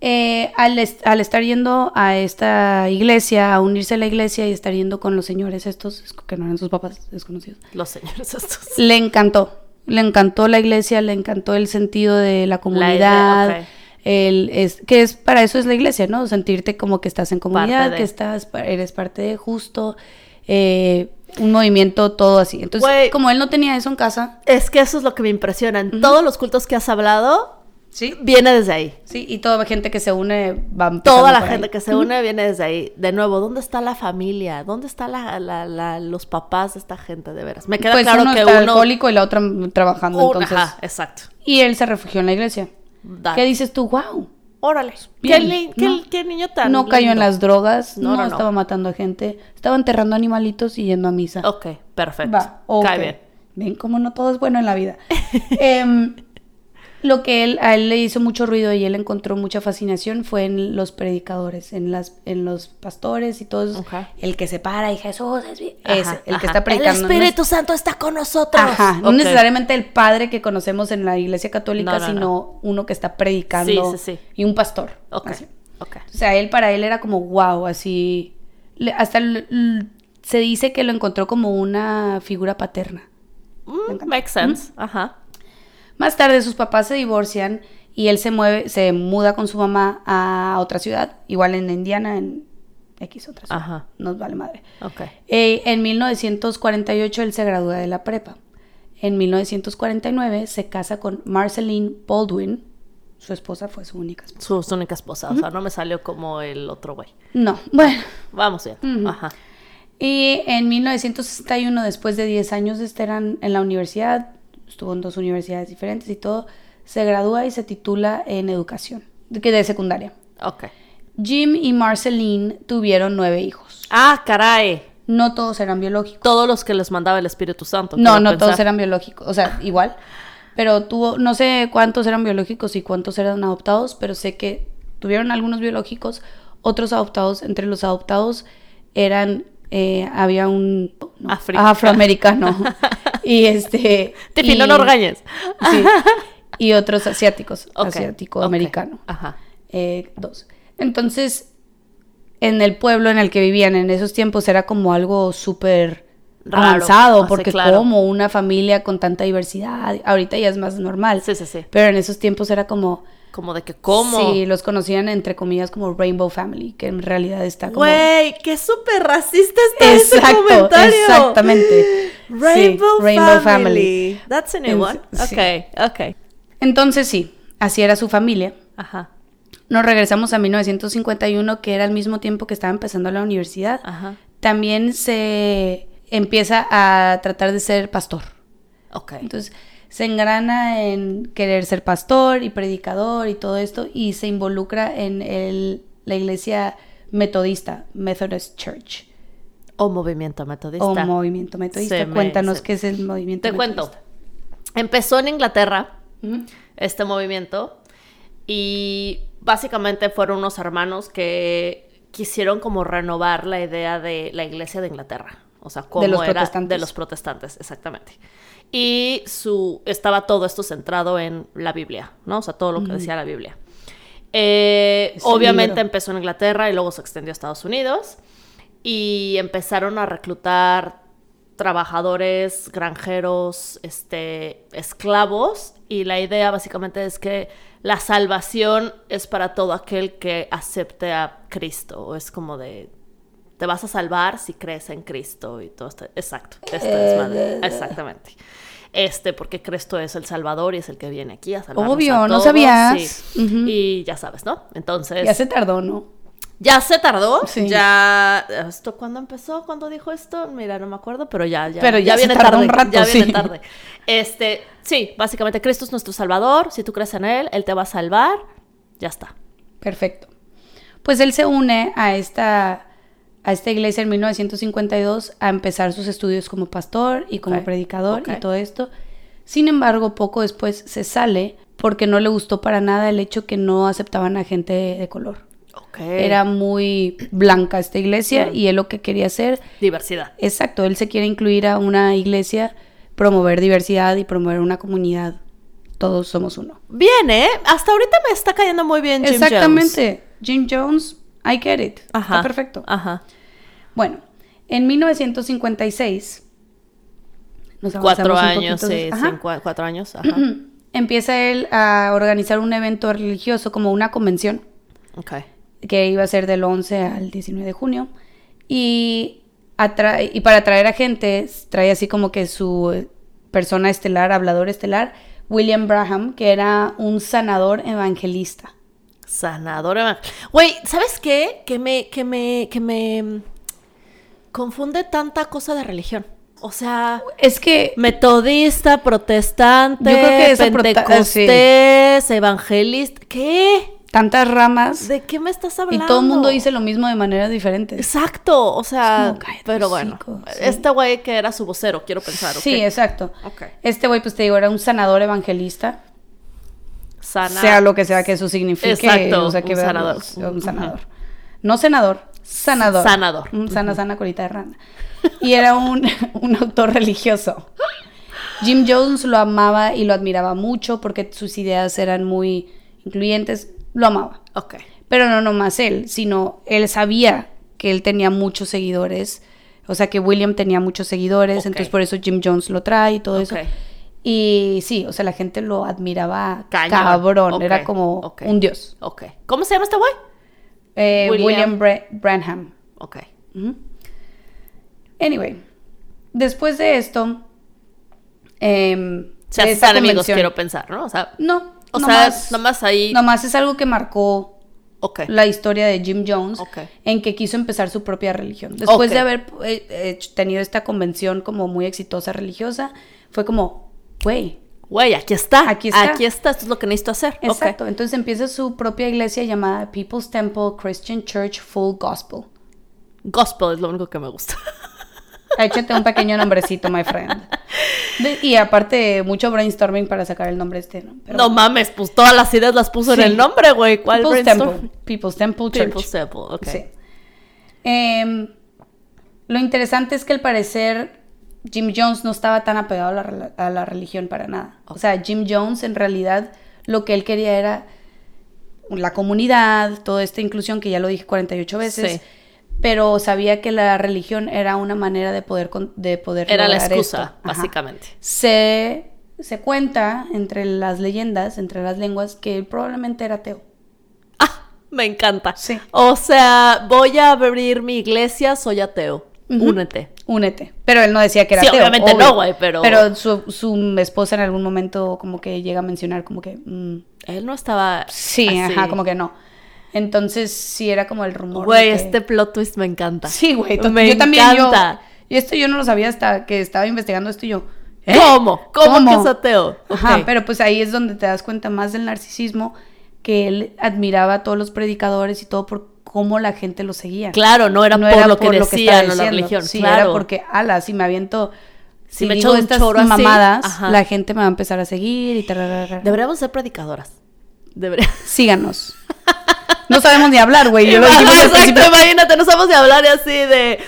Speaker 2: Eh, al, est- al estar yendo a esta iglesia, a unirse a la iglesia y estar yendo con los señores estos, que no eran sus papás desconocidos,
Speaker 1: Los señores <laughs> estos.
Speaker 2: le encantó. Le encantó la iglesia, le encantó el sentido de la comunidad.
Speaker 1: ok.
Speaker 2: el, es, que es para eso es la iglesia, ¿no? Sentirte como que estás en comunidad,
Speaker 1: de.
Speaker 2: que estás, pa- eres parte de justo, eh, un movimiento, todo así. Entonces,
Speaker 1: Güey.
Speaker 2: como él no tenía eso en casa,
Speaker 1: Es que eso es lo que me impresiona. En todos los cultos que has hablado,
Speaker 2: sí,
Speaker 1: viene desde ahí.
Speaker 2: sí, y toda la gente que se une va empezando
Speaker 1: Toda la
Speaker 2: por
Speaker 1: gente
Speaker 2: ahí.
Speaker 1: que se une viene desde ahí. De nuevo, ¿dónde está la familia? ¿Dónde están los papás de esta gente, de veras? Me queda
Speaker 2: pues
Speaker 1: claro
Speaker 2: uno
Speaker 1: que
Speaker 2: está
Speaker 1: uno...
Speaker 2: alcohólico y la otra mm, trabajando,
Speaker 1: un-
Speaker 2: entonces.
Speaker 1: Ajá, Ah. exacto.
Speaker 2: Y él se refugió en la iglesia.
Speaker 1: Da-
Speaker 2: ¿Qué dices tú? ¡Wow!
Speaker 1: Órale.
Speaker 2: Bien,
Speaker 1: ¿Qué, li- qué-
Speaker 2: no.
Speaker 1: qué niño tan
Speaker 2: No cayó en
Speaker 1: lindo.
Speaker 2: las drogas,
Speaker 1: No,
Speaker 2: no,
Speaker 1: no, no.
Speaker 2: estaba matando a gente, estaba enterrando animalitos y yendo a misa.
Speaker 1: Ok, perfecto.
Speaker 2: Va, ok.
Speaker 1: Cae bien.
Speaker 2: Ven como no todo es bueno en la vida. <laughs> Em, lo que él, a él le hizo mucho ruido y él encontró mucha fascinación fue en los predicadores, en, las, en los pastores y todos.
Speaker 1: Ok.
Speaker 2: El que se para y Jesús es mi-".
Speaker 1: Ajá,
Speaker 2: Ese, el
Speaker 1: ajá.
Speaker 2: que está predicando. no
Speaker 1: El
Speaker 2: es-
Speaker 1: Espíritu Santo está con nosotros.
Speaker 2: Ajá, no
Speaker 1: Ok.
Speaker 2: necesariamente el padre que conocemos en la iglesia católica,
Speaker 1: No, no,
Speaker 2: sino
Speaker 1: no.
Speaker 2: uno que está predicando
Speaker 1: Sí, sí, sí.
Speaker 2: y un pastor.
Speaker 1: Ok,
Speaker 2: así.
Speaker 1: ok.
Speaker 2: O sea, él para él era como wow, así. le- hasta l- l- se dice que lo encontró como una figura paterna.
Speaker 1: Mm,
Speaker 2: encanta.
Speaker 1: makes sense. Ajá.
Speaker 2: Más tarde sus papás se divorcian y él se mueve, se muda con su mamá a otra ciudad, igual en Indiana, en X otra ciudad.
Speaker 1: Ajá.
Speaker 2: Nos vale madre.
Speaker 1: Ok.
Speaker 2: Eh, en 1948 él se gradúa de la prepa. En 1949 se casa con Marceline Baldwin. Su esposa fue su única esposa.
Speaker 1: Su, su única esposa. O sea, no me salió como el otro güey.
Speaker 2: No, bueno.
Speaker 1: Vamos bien.
Speaker 2: Ujú.
Speaker 1: Ajá.
Speaker 2: Y en 1961, después de 10 años de estar en, en la universidad, estuvo en dos universidades diferentes y todo, se gradúa y se titula en educación, de, que de secundaria.
Speaker 1: Ok.
Speaker 2: Jim y Marceline tuvieron nueve hijos.
Speaker 1: Ah, caray.
Speaker 2: No todos eran biológicos.
Speaker 1: Todos los que les mandaba el Espíritu Santo.
Speaker 2: No,
Speaker 1: quiero
Speaker 2: no
Speaker 1: pensar.
Speaker 2: todos eran biológicos,
Speaker 1: <laughs>
Speaker 2: o sea, igual. Pero tuvo, no sé cuántos eran biológicos y cuántos eran adoptados, pero sé que tuvieron algunos biológicos, otros adoptados. Entre los adoptados eran, eh, había un no,
Speaker 1: Africano. <laughs>
Speaker 2: afroamericano y este...
Speaker 1: Tiffy, no
Speaker 2: y-
Speaker 1: nos
Speaker 2: <laughs>
Speaker 1: regañes. <laughs>
Speaker 2: sí, y otros asiáticos,
Speaker 1: Ok, ok.
Speaker 2: asiático-americano.
Speaker 1: Ajá.
Speaker 2: Eh, dos. Entonces, en el pueblo en el que vivían en esos tiempos era como algo súper
Speaker 1: Raro,
Speaker 2: avanzado,
Speaker 1: así,
Speaker 2: porque
Speaker 1: claro.
Speaker 2: como una familia con tanta diversidad, ahorita ya es más normal.
Speaker 1: Sí, sí, sí.
Speaker 2: Pero en esos tiempos era como...
Speaker 1: Como de que, ¿cómo?
Speaker 2: Sí, los conocían entre comillas como Rainbow Family, que en realidad está como...
Speaker 1: Güey, qué súper racista está ese
Speaker 2: Exacto,
Speaker 1: comentario. <laughs>
Speaker 2: exactamente. Sí,
Speaker 1: Rainbow,
Speaker 2: Rainbow
Speaker 1: Family.
Speaker 2: Family.
Speaker 1: That's a new one.
Speaker 2: Sí.
Speaker 1: Ok, ok.
Speaker 2: Entonces sí, así era su familia.
Speaker 1: Ajá,
Speaker 2: Nos regresamos a 1951, que era al mismo tiempo que estaba empezando la universidad.
Speaker 1: ajá.
Speaker 2: también se empieza a tratar de ser pastor.
Speaker 1: Ok.
Speaker 2: Entonces se engrana en querer ser pastor y predicador y todo esto y se involucra en el- la iglesia metodista, Methodist Church
Speaker 1: O movimiento metodista.
Speaker 2: o movimiento metodista.
Speaker 1: Se me-
Speaker 2: Cuéntanos
Speaker 1: se-
Speaker 2: qué es el movimiento
Speaker 1: Te cuento.
Speaker 2: metodista.
Speaker 1: Empezó en Inglaterra
Speaker 2: Ujú.
Speaker 1: este movimiento y básicamente fueron unos hermanos que quisieron como renovar la idea de la iglesia de Inglaterra. O sea, cómo
Speaker 2: los
Speaker 1: era
Speaker 2: protestantes.
Speaker 1: de los protestantes, exactamente. Y su, estaba todo esto centrado en la Biblia, ¿no? O sea, todo lo que decía la Biblia. Eh,
Speaker 2: Es el
Speaker 1: obviamente
Speaker 2: libro.
Speaker 1: empezó en Inglaterra y luego se extendió a Estados Unidos y empezaron a reclutar trabajadores, granjeros, este, esclavos y la idea básicamente es que la salvación es para todo aquel que acepte a Cristo, o es como de te vas a salvar si crees en Cristo y todo esto. Exacto,
Speaker 2: Eh,
Speaker 1: este desmadre. exactamente. Este, porque Cristo es el Salvador y es el que viene aquí a salvarnos
Speaker 2: Obvio,
Speaker 1: a
Speaker 2: no
Speaker 1: todos,
Speaker 2: sabías.
Speaker 1: sí.
Speaker 2: Ujú.
Speaker 1: Y ya sabes, ¿no? Entonces,
Speaker 2: Ya se tardó, ¿no?
Speaker 1: ya se tardó,
Speaker 2: Sí.
Speaker 1: ya esto cuándo empezó, cuándo dijo esto, mira, no me acuerdo, pero ya ya
Speaker 2: Pero ya se
Speaker 1: viene
Speaker 2: tardó
Speaker 1: tarde,
Speaker 2: un rato,
Speaker 1: ya viene
Speaker 2: sí.
Speaker 1: tarde. Este, sí, básicamente Cristo es nuestro salvador, si tú crees en él, él te va a salvar. Ya está.
Speaker 2: Perfecto. Pues él se une a esta, a esta iglesia en 1952 a empezar sus estudios como pastor y como
Speaker 1: Ok,
Speaker 2: predicador
Speaker 1: ok.
Speaker 2: y todo esto. Sin embargo, poco después se sale porque no le gustó para nada el hecho que no aceptaban a gente de color.
Speaker 1: Okay.
Speaker 2: Era muy blanca esta iglesia y él lo que quería hacer,
Speaker 1: diversidad.
Speaker 2: exacto, él se quiere incluir a una iglesia, promover diversidad y promover una comunidad. Todos somos uno.
Speaker 1: Bien, ¿eh? Hasta ahorita me está cayendo muy bien Jim Jones.
Speaker 2: Exactamente. Jim Jones, I get it.
Speaker 1: Ajá. Ah.
Speaker 2: Está perfecto.
Speaker 1: Ajá.
Speaker 2: Bueno, en 1956, nos
Speaker 1: Cuatro
Speaker 2: avanzamos un
Speaker 1: años,
Speaker 2: poquito,
Speaker 1: sí,
Speaker 2: ajá,
Speaker 1: cinco- cuatro años, ajá.
Speaker 2: empieza él a organizar un evento religioso como una convención
Speaker 1: ok.
Speaker 2: que iba a ser del 11 al 19 de junio y, atra- y para atraer a gente trae así como que su eh, persona estelar, hablador estelar, William Braham, que era un sanador evangelista.
Speaker 1: Sanador eva- Güey, ¿sabes qué? Que me, que me, que me mm, confunde tanta cosa de religión. O sea,
Speaker 2: Es que
Speaker 1: metodista, protestante,
Speaker 2: Yo creo que esa prota- ah,
Speaker 1: pentecostés, evangelista. ¿Qué?
Speaker 2: tantas ramas
Speaker 1: ¿De qué me estás
Speaker 2: y
Speaker 1: hablando?
Speaker 2: todo el mundo dice lo mismo de maneras diferentes.
Speaker 1: Exacto, o sea,
Speaker 2: Es como, cállate,
Speaker 1: pero bueno,
Speaker 2: hocico, sí.
Speaker 1: este güey que era su vocero, quiero pensar, ¿ok?
Speaker 2: Sí, exacto.
Speaker 1: Ok.
Speaker 2: Este güey, pues te digo, era un sanador evangelista,
Speaker 1: Sana-
Speaker 2: sea lo que sea que eso signifique.
Speaker 1: Exacto,
Speaker 2: o sea, que
Speaker 1: un
Speaker 2: vea-
Speaker 1: sanador.
Speaker 2: Un sanador. No senador, sanador.
Speaker 1: Sanador.
Speaker 2: Un sana, sana colita de rana. Y era un, <laughs> un autor religioso. Jim Jones lo amaba y lo admiraba mucho porque sus ideas eran muy incluyentes. Lo amaba.
Speaker 1: Ok.
Speaker 2: Pero no nomás él, sino él sabía que él tenía muchos seguidores. O sea, que William tenía muchos seguidores,
Speaker 1: Ok.
Speaker 2: entonces por eso Jim Jones lo trae y todo
Speaker 1: Ok.
Speaker 2: eso. Y sí, o sea, la gente lo admiraba
Speaker 1: Cañón.
Speaker 2: cabrón,
Speaker 1: Ok,
Speaker 2: era como
Speaker 1: ok.
Speaker 2: un dios.
Speaker 1: Ok. ¿Cómo se llama este güey?
Speaker 2: Eh,
Speaker 1: William.
Speaker 2: William, Bra- Branham.
Speaker 1: Ok.
Speaker 2: Ujú. Anyway, después de esto, em,
Speaker 1: Se
Speaker 2: de
Speaker 1: hacen
Speaker 2: esta
Speaker 1: amigos,
Speaker 2: convención-
Speaker 1: quiero pensar, ¿no? O sea,
Speaker 2: No,
Speaker 1: o
Speaker 2: nomás,
Speaker 1: sea nomás ahí.
Speaker 2: nomás es algo que marcó
Speaker 1: Ok.
Speaker 2: la historia de Jim Jones
Speaker 1: Ok.
Speaker 2: en que quiso empezar su propia religión. Después
Speaker 1: Ok.
Speaker 2: de haber eh, hecho- tenido esta convención como muy exitosa religiosa, fue como, güey,
Speaker 1: Güey, aquí está.
Speaker 2: Aquí está.
Speaker 1: Aquí está. Esto es lo que necesito hacer. Ok.
Speaker 2: exacto. Entonces empieza su propia iglesia llamada People's Temple Christian Church Full Gospel.
Speaker 1: Gospel es lo único que me gusta. <laughs>
Speaker 2: Échate un pequeño nombrecito, my friend. De- y aparte, mucho brainstorming para sacar el nombre este, ¿no? Pero
Speaker 1: no mames, pues todas las ideas las puso
Speaker 2: Sí.
Speaker 1: en el nombre, güey. ¿Cuál
Speaker 2: People's
Speaker 1: brainstorm?
Speaker 2: Temple. People's Temple Church.
Speaker 1: People's Temple, ok.
Speaker 2: Sí. Em, lo interesante es que al parecer Jim Jones no estaba tan apegado a la, rela- a la religión para nada. O sea, Jim Jones en realidad lo que él quería era la comunidad, toda esta inclusión que ya lo dije 48 veces.
Speaker 1: Sí.
Speaker 2: Pero sabía que la religión era una manera de poder con- de poder
Speaker 1: Era la
Speaker 2: lograr
Speaker 1: excusa,
Speaker 2: esto. Ajá.
Speaker 1: básicamente.
Speaker 2: Se se cuenta entre las leyendas, entre las lenguas que él probablemente era ateo.
Speaker 1: Ah, me encanta.
Speaker 2: Sí.
Speaker 1: O sea, voy a abrir mi iglesia, soy ateo.
Speaker 2: Ujú.
Speaker 1: Únete.
Speaker 2: Únete. Pero él no decía que era
Speaker 1: Sí,
Speaker 2: ateo,
Speaker 1: obviamente no, güey, pero-
Speaker 2: Pero su, su esposa en algún momento como que llega a mencionar como que... mm,
Speaker 1: Él no estaba.
Speaker 2: sí,
Speaker 1: así.
Speaker 2: ajá, como que no. Entonces sí era como el rumor. de
Speaker 1: Güey,
Speaker 2: que-
Speaker 1: este plot twist me encanta.
Speaker 2: Sí, güey. to-
Speaker 1: Me
Speaker 2: yo también yo...
Speaker 1: encanta.
Speaker 2: Y esto yo no lo sabía hasta que estaba investigando esto y yo... ¿eh?
Speaker 1: ¿Cómo? ¿Cómo,
Speaker 2: ¿Cómo?
Speaker 1: que es ateo?
Speaker 2: Ajá,
Speaker 1: Ok.
Speaker 2: pero pues ahí es donde te das cuenta más del narcisismo que él admiraba a todos los predicadores y todo por cómo la gente lo seguía.
Speaker 1: Claro, no era
Speaker 2: no
Speaker 1: por
Speaker 2: era
Speaker 1: lo que
Speaker 2: por lo que estaba
Speaker 1: decían o la
Speaker 2: diciendo.
Speaker 1: religión.
Speaker 2: Sí,
Speaker 1: claro.
Speaker 2: era porque, ala, si me aviento,
Speaker 1: Si
Speaker 2: si,
Speaker 1: me
Speaker 2: me
Speaker 1: echo un
Speaker 2: estas
Speaker 1: choro así,
Speaker 2: mamadas,
Speaker 1: ajá.
Speaker 2: la gente me va a empezar a seguir y tararara.
Speaker 1: Deberíamos ser predicadoras. Deberíamos.
Speaker 2: Síganos. No sabemos ni hablar,
Speaker 1: <laughs>
Speaker 2: güey. Yo lo
Speaker 1: Ajá,
Speaker 2: dije desde el
Speaker 1: exacto,
Speaker 2: principio.
Speaker 1: imagínate, nos vamos a hablar así de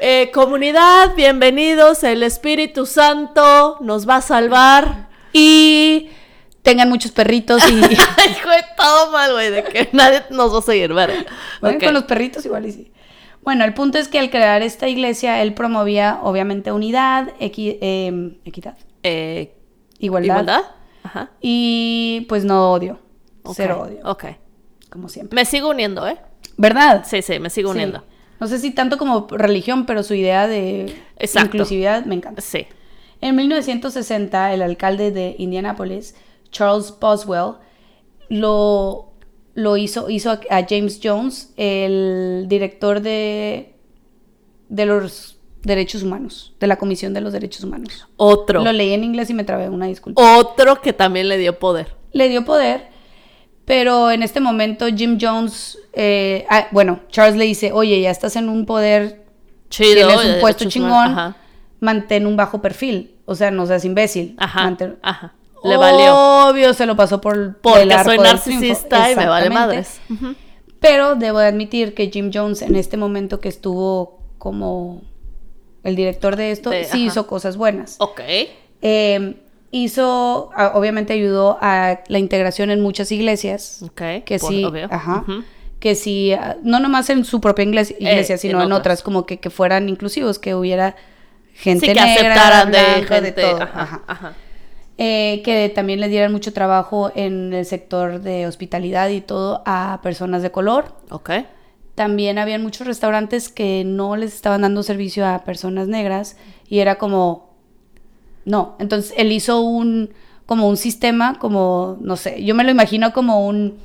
Speaker 1: eh, comunidad, bienvenidos, el Espíritu Santo nos va a salvar.
Speaker 2: Y tengan muchos perritos
Speaker 1: <laughs>
Speaker 2: y...
Speaker 1: Ay, güey, todo mal, güey, de que nadie nos va a seguir, ¿verdad?
Speaker 2: Bueno,
Speaker 1: Ok.
Speaker 2: Con los perritos igual y sí. Bueno, el punto es que al crear esta iglesia, él promovía obviamente unidad, equi- em, equidad,
Speaker 1: Eh,
Speaker 2: igualdad,
Speaker 1: ¿Igualdad? Ajá.
Speaker 2: y pues no odio,
Speaker 1: ok, Oh.
Speaker 2: cero odio,
Speaker 1: Ok.
Speaker 2: como siempre.
Speaker 1: Me sigo uniendo, ¿eh?
Speaker 2: ¿Verdad?
Speaker 1: Sí, sí, me sigo
Speaker 2: Sí.
Speaker 1: uniendo.
Speaker 2: No sé si tanto como religión, pero su idea de
Speaker 1: Exacto.
Speaker 2: inclusividad me encanta.
Speaker 1: Sí.
Speaker 2: En 1960, el alcalde de Indianápolis, Charles Boswell, lo, lo hizo, hizo a, a James Jones el director de, de los derechos humanos, de la Comisión de los Derechos Humanos.
Speaker 1: Otro.
Speaker 2: Lo leí en inglés y me trabé una disculpa
Speaker 1: Otro que también le dio poder.
Speaker 2: le dio poder, pero en este momento Jim Jones, eh, ah, bueno, Charles le dice, oye, ya estás en un poder,
Speaker 1: Chido.
Speaker 2: tienes
Speaker 1: de
Speaker 2: un puesto
Speaker 1: derechos
Speaker 2: eh, chingón,
Speaker 1: humanos, Ajá.
Speaker 2: mantén un bajo perfil, o sea, no seas imbécil.
Speaker 1: Ajá.
Speaker 2: mantén-
Speaker 1: ajá. Le valió.
Speaker 2: Obvio, se lo pasó por
Speaker 1: Porque
Speaker 2: el arco
Speaker 1: soy
Speaker 2: Oh, del triunfo.
Speaker 1: narcisista y me vale
Speaker 2: Exactamente.
Speaker 1: madres. Ujú.
Speaker 2: Pero debo admitir que Jim Jones en este momento que estuvo como el director de esto,
Speaker 1: De-
Speaker 2: sí
Speaker 1: ajá.
Speaker 2: hizo cosas buenas.
Speaker 1: Ok.
Speaker 2: Eh, hizo, ah, obviamente ayudó a la integración en muchas iglesias.
Speaker 1: Ok.
Speaker 2: que
Speaker 1: por-
Speaker 2: sí,
Speaker 1: obvio.
Speaker 2: ajá,
Speaker 1: Ujú. Eh,
Speaker 2: que sí, ah, no nomás en su propia iglesia, iglesia,
Speaker 1: en
Speaker 2: sino en
Speaker 1: otras.
Speaker 2: otras. como que, que fueran inclusivos, que hubiera gente
Speaker 1: sí, que
Speaker 2: negra,
Speaker 1: aceptaran de
Speaker 2: blanca,
Speaker 1: gente.
Speaker 2: de todo,
Speaker 1: ajá,
Speaker 2: ajá.
Speaker 1: ajá.
Speaker 2: Eh, que también les dieran mucho trabajo en el sector de hospitalidad y todo a personas de color.
Speaker 1: Ok.
Speaker 2: También habían muchos restaurantes que no les estaban dando servicio a personas negras y era como, no, entonces él hizo un, como un sistema, como, no sé, yo me lo imagino como un,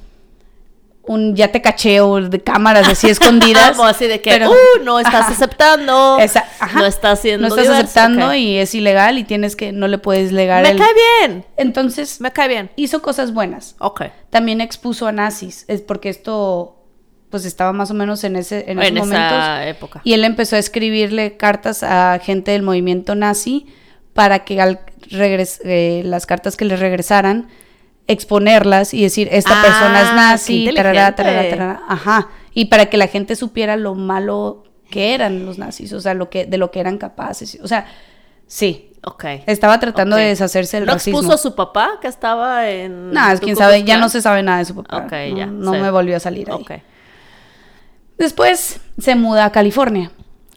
Speaker 2: un ya te cacheo de cámaras
Speaker 1: <laughs>
Speaker 2: así Pues escondidas.
Speaker 1: Amo así de que,
Speaker 2: pero-
Speaker 1: uh, no estás
Speaker 2: Ajá.
Speaker 1: aceptando.
Speaker 2: Esa- ajá.
Speaker 1: No estás siendo
Speaker 2: No estás
Speaker 1: diverso,
Speaker 2: aceptando
Speaker 1: ok.
Speaker 2: y es ilegal y tienes que, no le puedes legar
Speaker 1: Me
Speaker 2: el-
Speaker 1: cae bien.
Speaker 2: Entonces,
Speaker 1: Me cae bien.
Speaker 2: hizo cosas buenas.
Speaker 1: Ok.
Speaker 2: También expuso a nazis, es porque esto pues estaba más o menos en ese en, esos
Speaker 1: En esa
Speaker 2: momentos.
Speaker 1: época.
Speaker 2: Y él empezó a escribirle cartas a gente del movimiento nazi para que al regres- eh, las cartas que les regresaran exponerlas y decir esta
Speaker 1: Ah,
Speaker 2: persona es
Speaker 1: qué
Speaker 2: nazi, tarará, tarará,
Speaker 1: inteligente.
Speaker 2: tarará. ajá, y para que la gente supiera lo malo que eran los nazis, o sea, lo que de lo que eran capaces, o sea, sí,
Speaker 1: Ok.
Speaker 2: estaba tratando
Speaker 1: Ok.
Speaker 2: de deshacerse del
Speaker 1: ¿No
Speaker 2: racismo.
Speaker 1: expuso a su papá que estaba en.
Speaker 2: No, es
Speaker 1: Ku
Speaker 2: quién
Speaker 1: Klux
Speaker 2: sabe, ya
Speaker 1: Klan?
Speaker 2: no se sabe nada de su papá.
Speaker 1: Ok,
Speaker 2: no
Speaker 1: ya,
Speaker 2: no
Speaker 1: sí.
Speaker 2: me volvió a salir. ahí.
Speaker 1: Ok.
Speaker 2: Después se muda a California.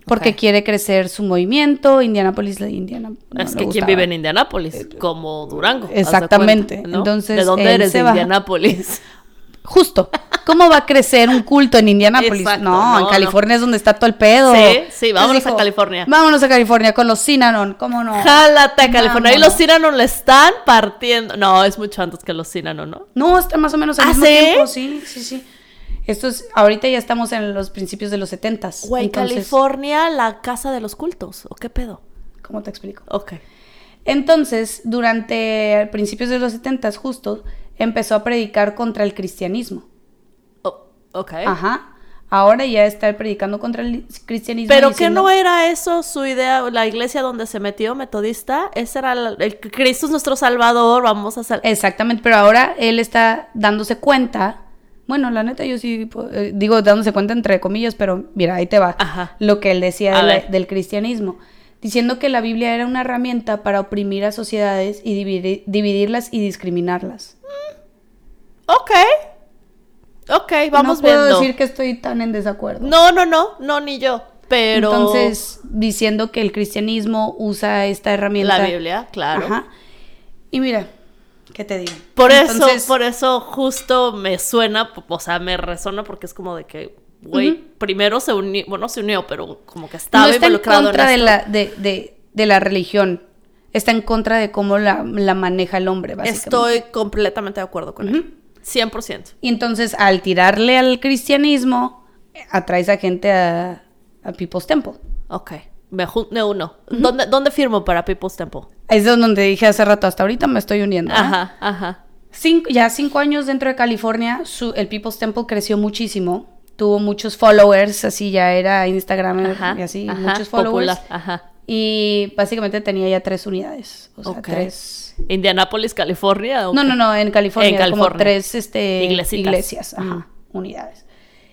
Speaker 2: porque quiere crecer su movimiento. Indianapolis, Indiana. no
Speaker 1: es
Speaker 2: le
Speaker 1: que quien
Speaker 2: gustaba. Eh,
Speaker 1: vive en Indianápolis, como Durango. haz de
Speaker 2: exactamente.
Speaker 1: cuenta, ¿no?
Speaker 2: Entonces,
Speaker 1: ¿de dónde
Speaker 2: él
Speaker 1: eres?
Speaker 2: se
Speaker 1: De
Speaker 2: baja. <laughs>
Speaker 1: Indianápolis.
Speaker 2: Justo. ¿Cómo va a crecer un culto en Indianápolis?
Speaker 1: Exacto,
Speaker 2: no, en
Speaker 1: no,
Speaker 2: California es donde está todo el pedo.
Speaker 1: Sí, sí, vámonos
Speaker 2: Entonces
Speaker 1: a California.
Speaker 2: Vámonos a California con los Cinnamon, ¿cómo Ah. no?
Speaker 1: Jálate, California. Ahí
Speaker 2: Vámonos.
Speaker 1: los Cinanon le están partiendo. No, es mucho antes que los Cinanon, ¿no?
Speaker 2: No, está más o menos al
Speaker 1: ¿Ah,
Speaker 2: mismo
Speaker 1: sí?
Speaker 2: tiempo, sí, sí, sí. Esto es, ahorita ya estamos en los principios de los setentas.
Speaker 1: Güey, California, la casa de los cultos. ¿O qué pedo?
Speaker 2: ¿Cómo te explico?
Speaker 1: Ok.
Speaker 2: Entonces, durante principios de los setentas, justo, empezó a predicar contra el cristianismo.
Speaker 1: O- ok.
Speaker 2: Ajá. Ahora ya está predicando contra el cristianismo.
Speaker 1: Pero que
Speaker 2: diciendo-
Speaker 1: no era eso su idea, la iglesia donde se metió metodista, ese era el, el Cristo es nuestro salvador, vamos a
Speaker 2: Eh.
Speaker 1: salvar.
Speaker 2: Exactamente, pero ahora él está dándose cuenta. Bueno, la neta, yo sí po- eh, digo dándose cuenta entre comillas, pero mira, ahí te va
Speaker 1: Ajá.
Speaker 2: lo que él decía
Speaker 1: A
Speaker 2: de la-
Speaker 1: ver.
Speaker 2: del cristianismo. Diciendo que la Biblia era una herramienta para oprimir a sociedades y dividi- dividirlas y discriminarlas.
Speaker 1: Ok. Ok, vamos
Speaker 2: no puedo
Speaker 1: viendo.
Speaker 2: decir que estoy tan en desacuerdo.
Speaker 1: No, no, no, no, ni yo. Pero.
Speaker 2: Entonces, diciendo que el cristianismo usa esta herramienta.
Speaker 1: La Biblia, claro.
Speaker 2: Ajá. Y mira, ¿qué te digo?
Speaker 1: Por
Speaker 2: Entonces-
Speaker 1: eso, por eso justo me suena, p- o sea, me resona porque es como de que, güey,
Speaker 2: Ujú.
Speaker 1: primero se unió, bueno, no se unió, pero como que estaba
Speaker 2: no está en
Speaker 1: involucrado
Speaker 2: contra de,
Speaker 1: esto.
Speaker 2: la, de, de- de la religión. Está en contra de cómo la, la maneja el hombre, básicamente.
Speaker 1: Estoy completamente de acuerdo con él. 100%.
Speaker 2: Y entonces, al tirarle al cristianismo, eh, atraes a gente a, a People's Temple.
Speaker 1: Ok. Me, ju- me uno. ¿Dónde, ¿Dónde firmo para People's Temple?
Speaker 2: Es de donde dije hace rato, hasta ahorita me estoy uniendo. ¿eh?
Speaker 1: Ajá, ajá.
Speaker 2: Cinco- ya cinco años dentro de California, su- el People's Temple creció muchísimo. Tuvo muchos followers, así ya era Instagram
Speaker 1: Ajá.
Speaker 2: y así,
Speaker 1: ajá,
Speaker 2: muchos followers.
Speaker 1: popular, Ajá.
Speaker 2: Y básicamente tenía ya tres unidades. O sea,
Speaker 1: Ok.
Speaker 2: tres
Speaker 1: Indianápolis, California.
Speaker 2: No, no, no, en California,
Speaker 1: En
Speaker 2: como
Speaker 1: California.
Speaker 2: tres este,
Speaker 1: Iglesitas. Mm.
Speaker 2: iglesias, ajá, unidades.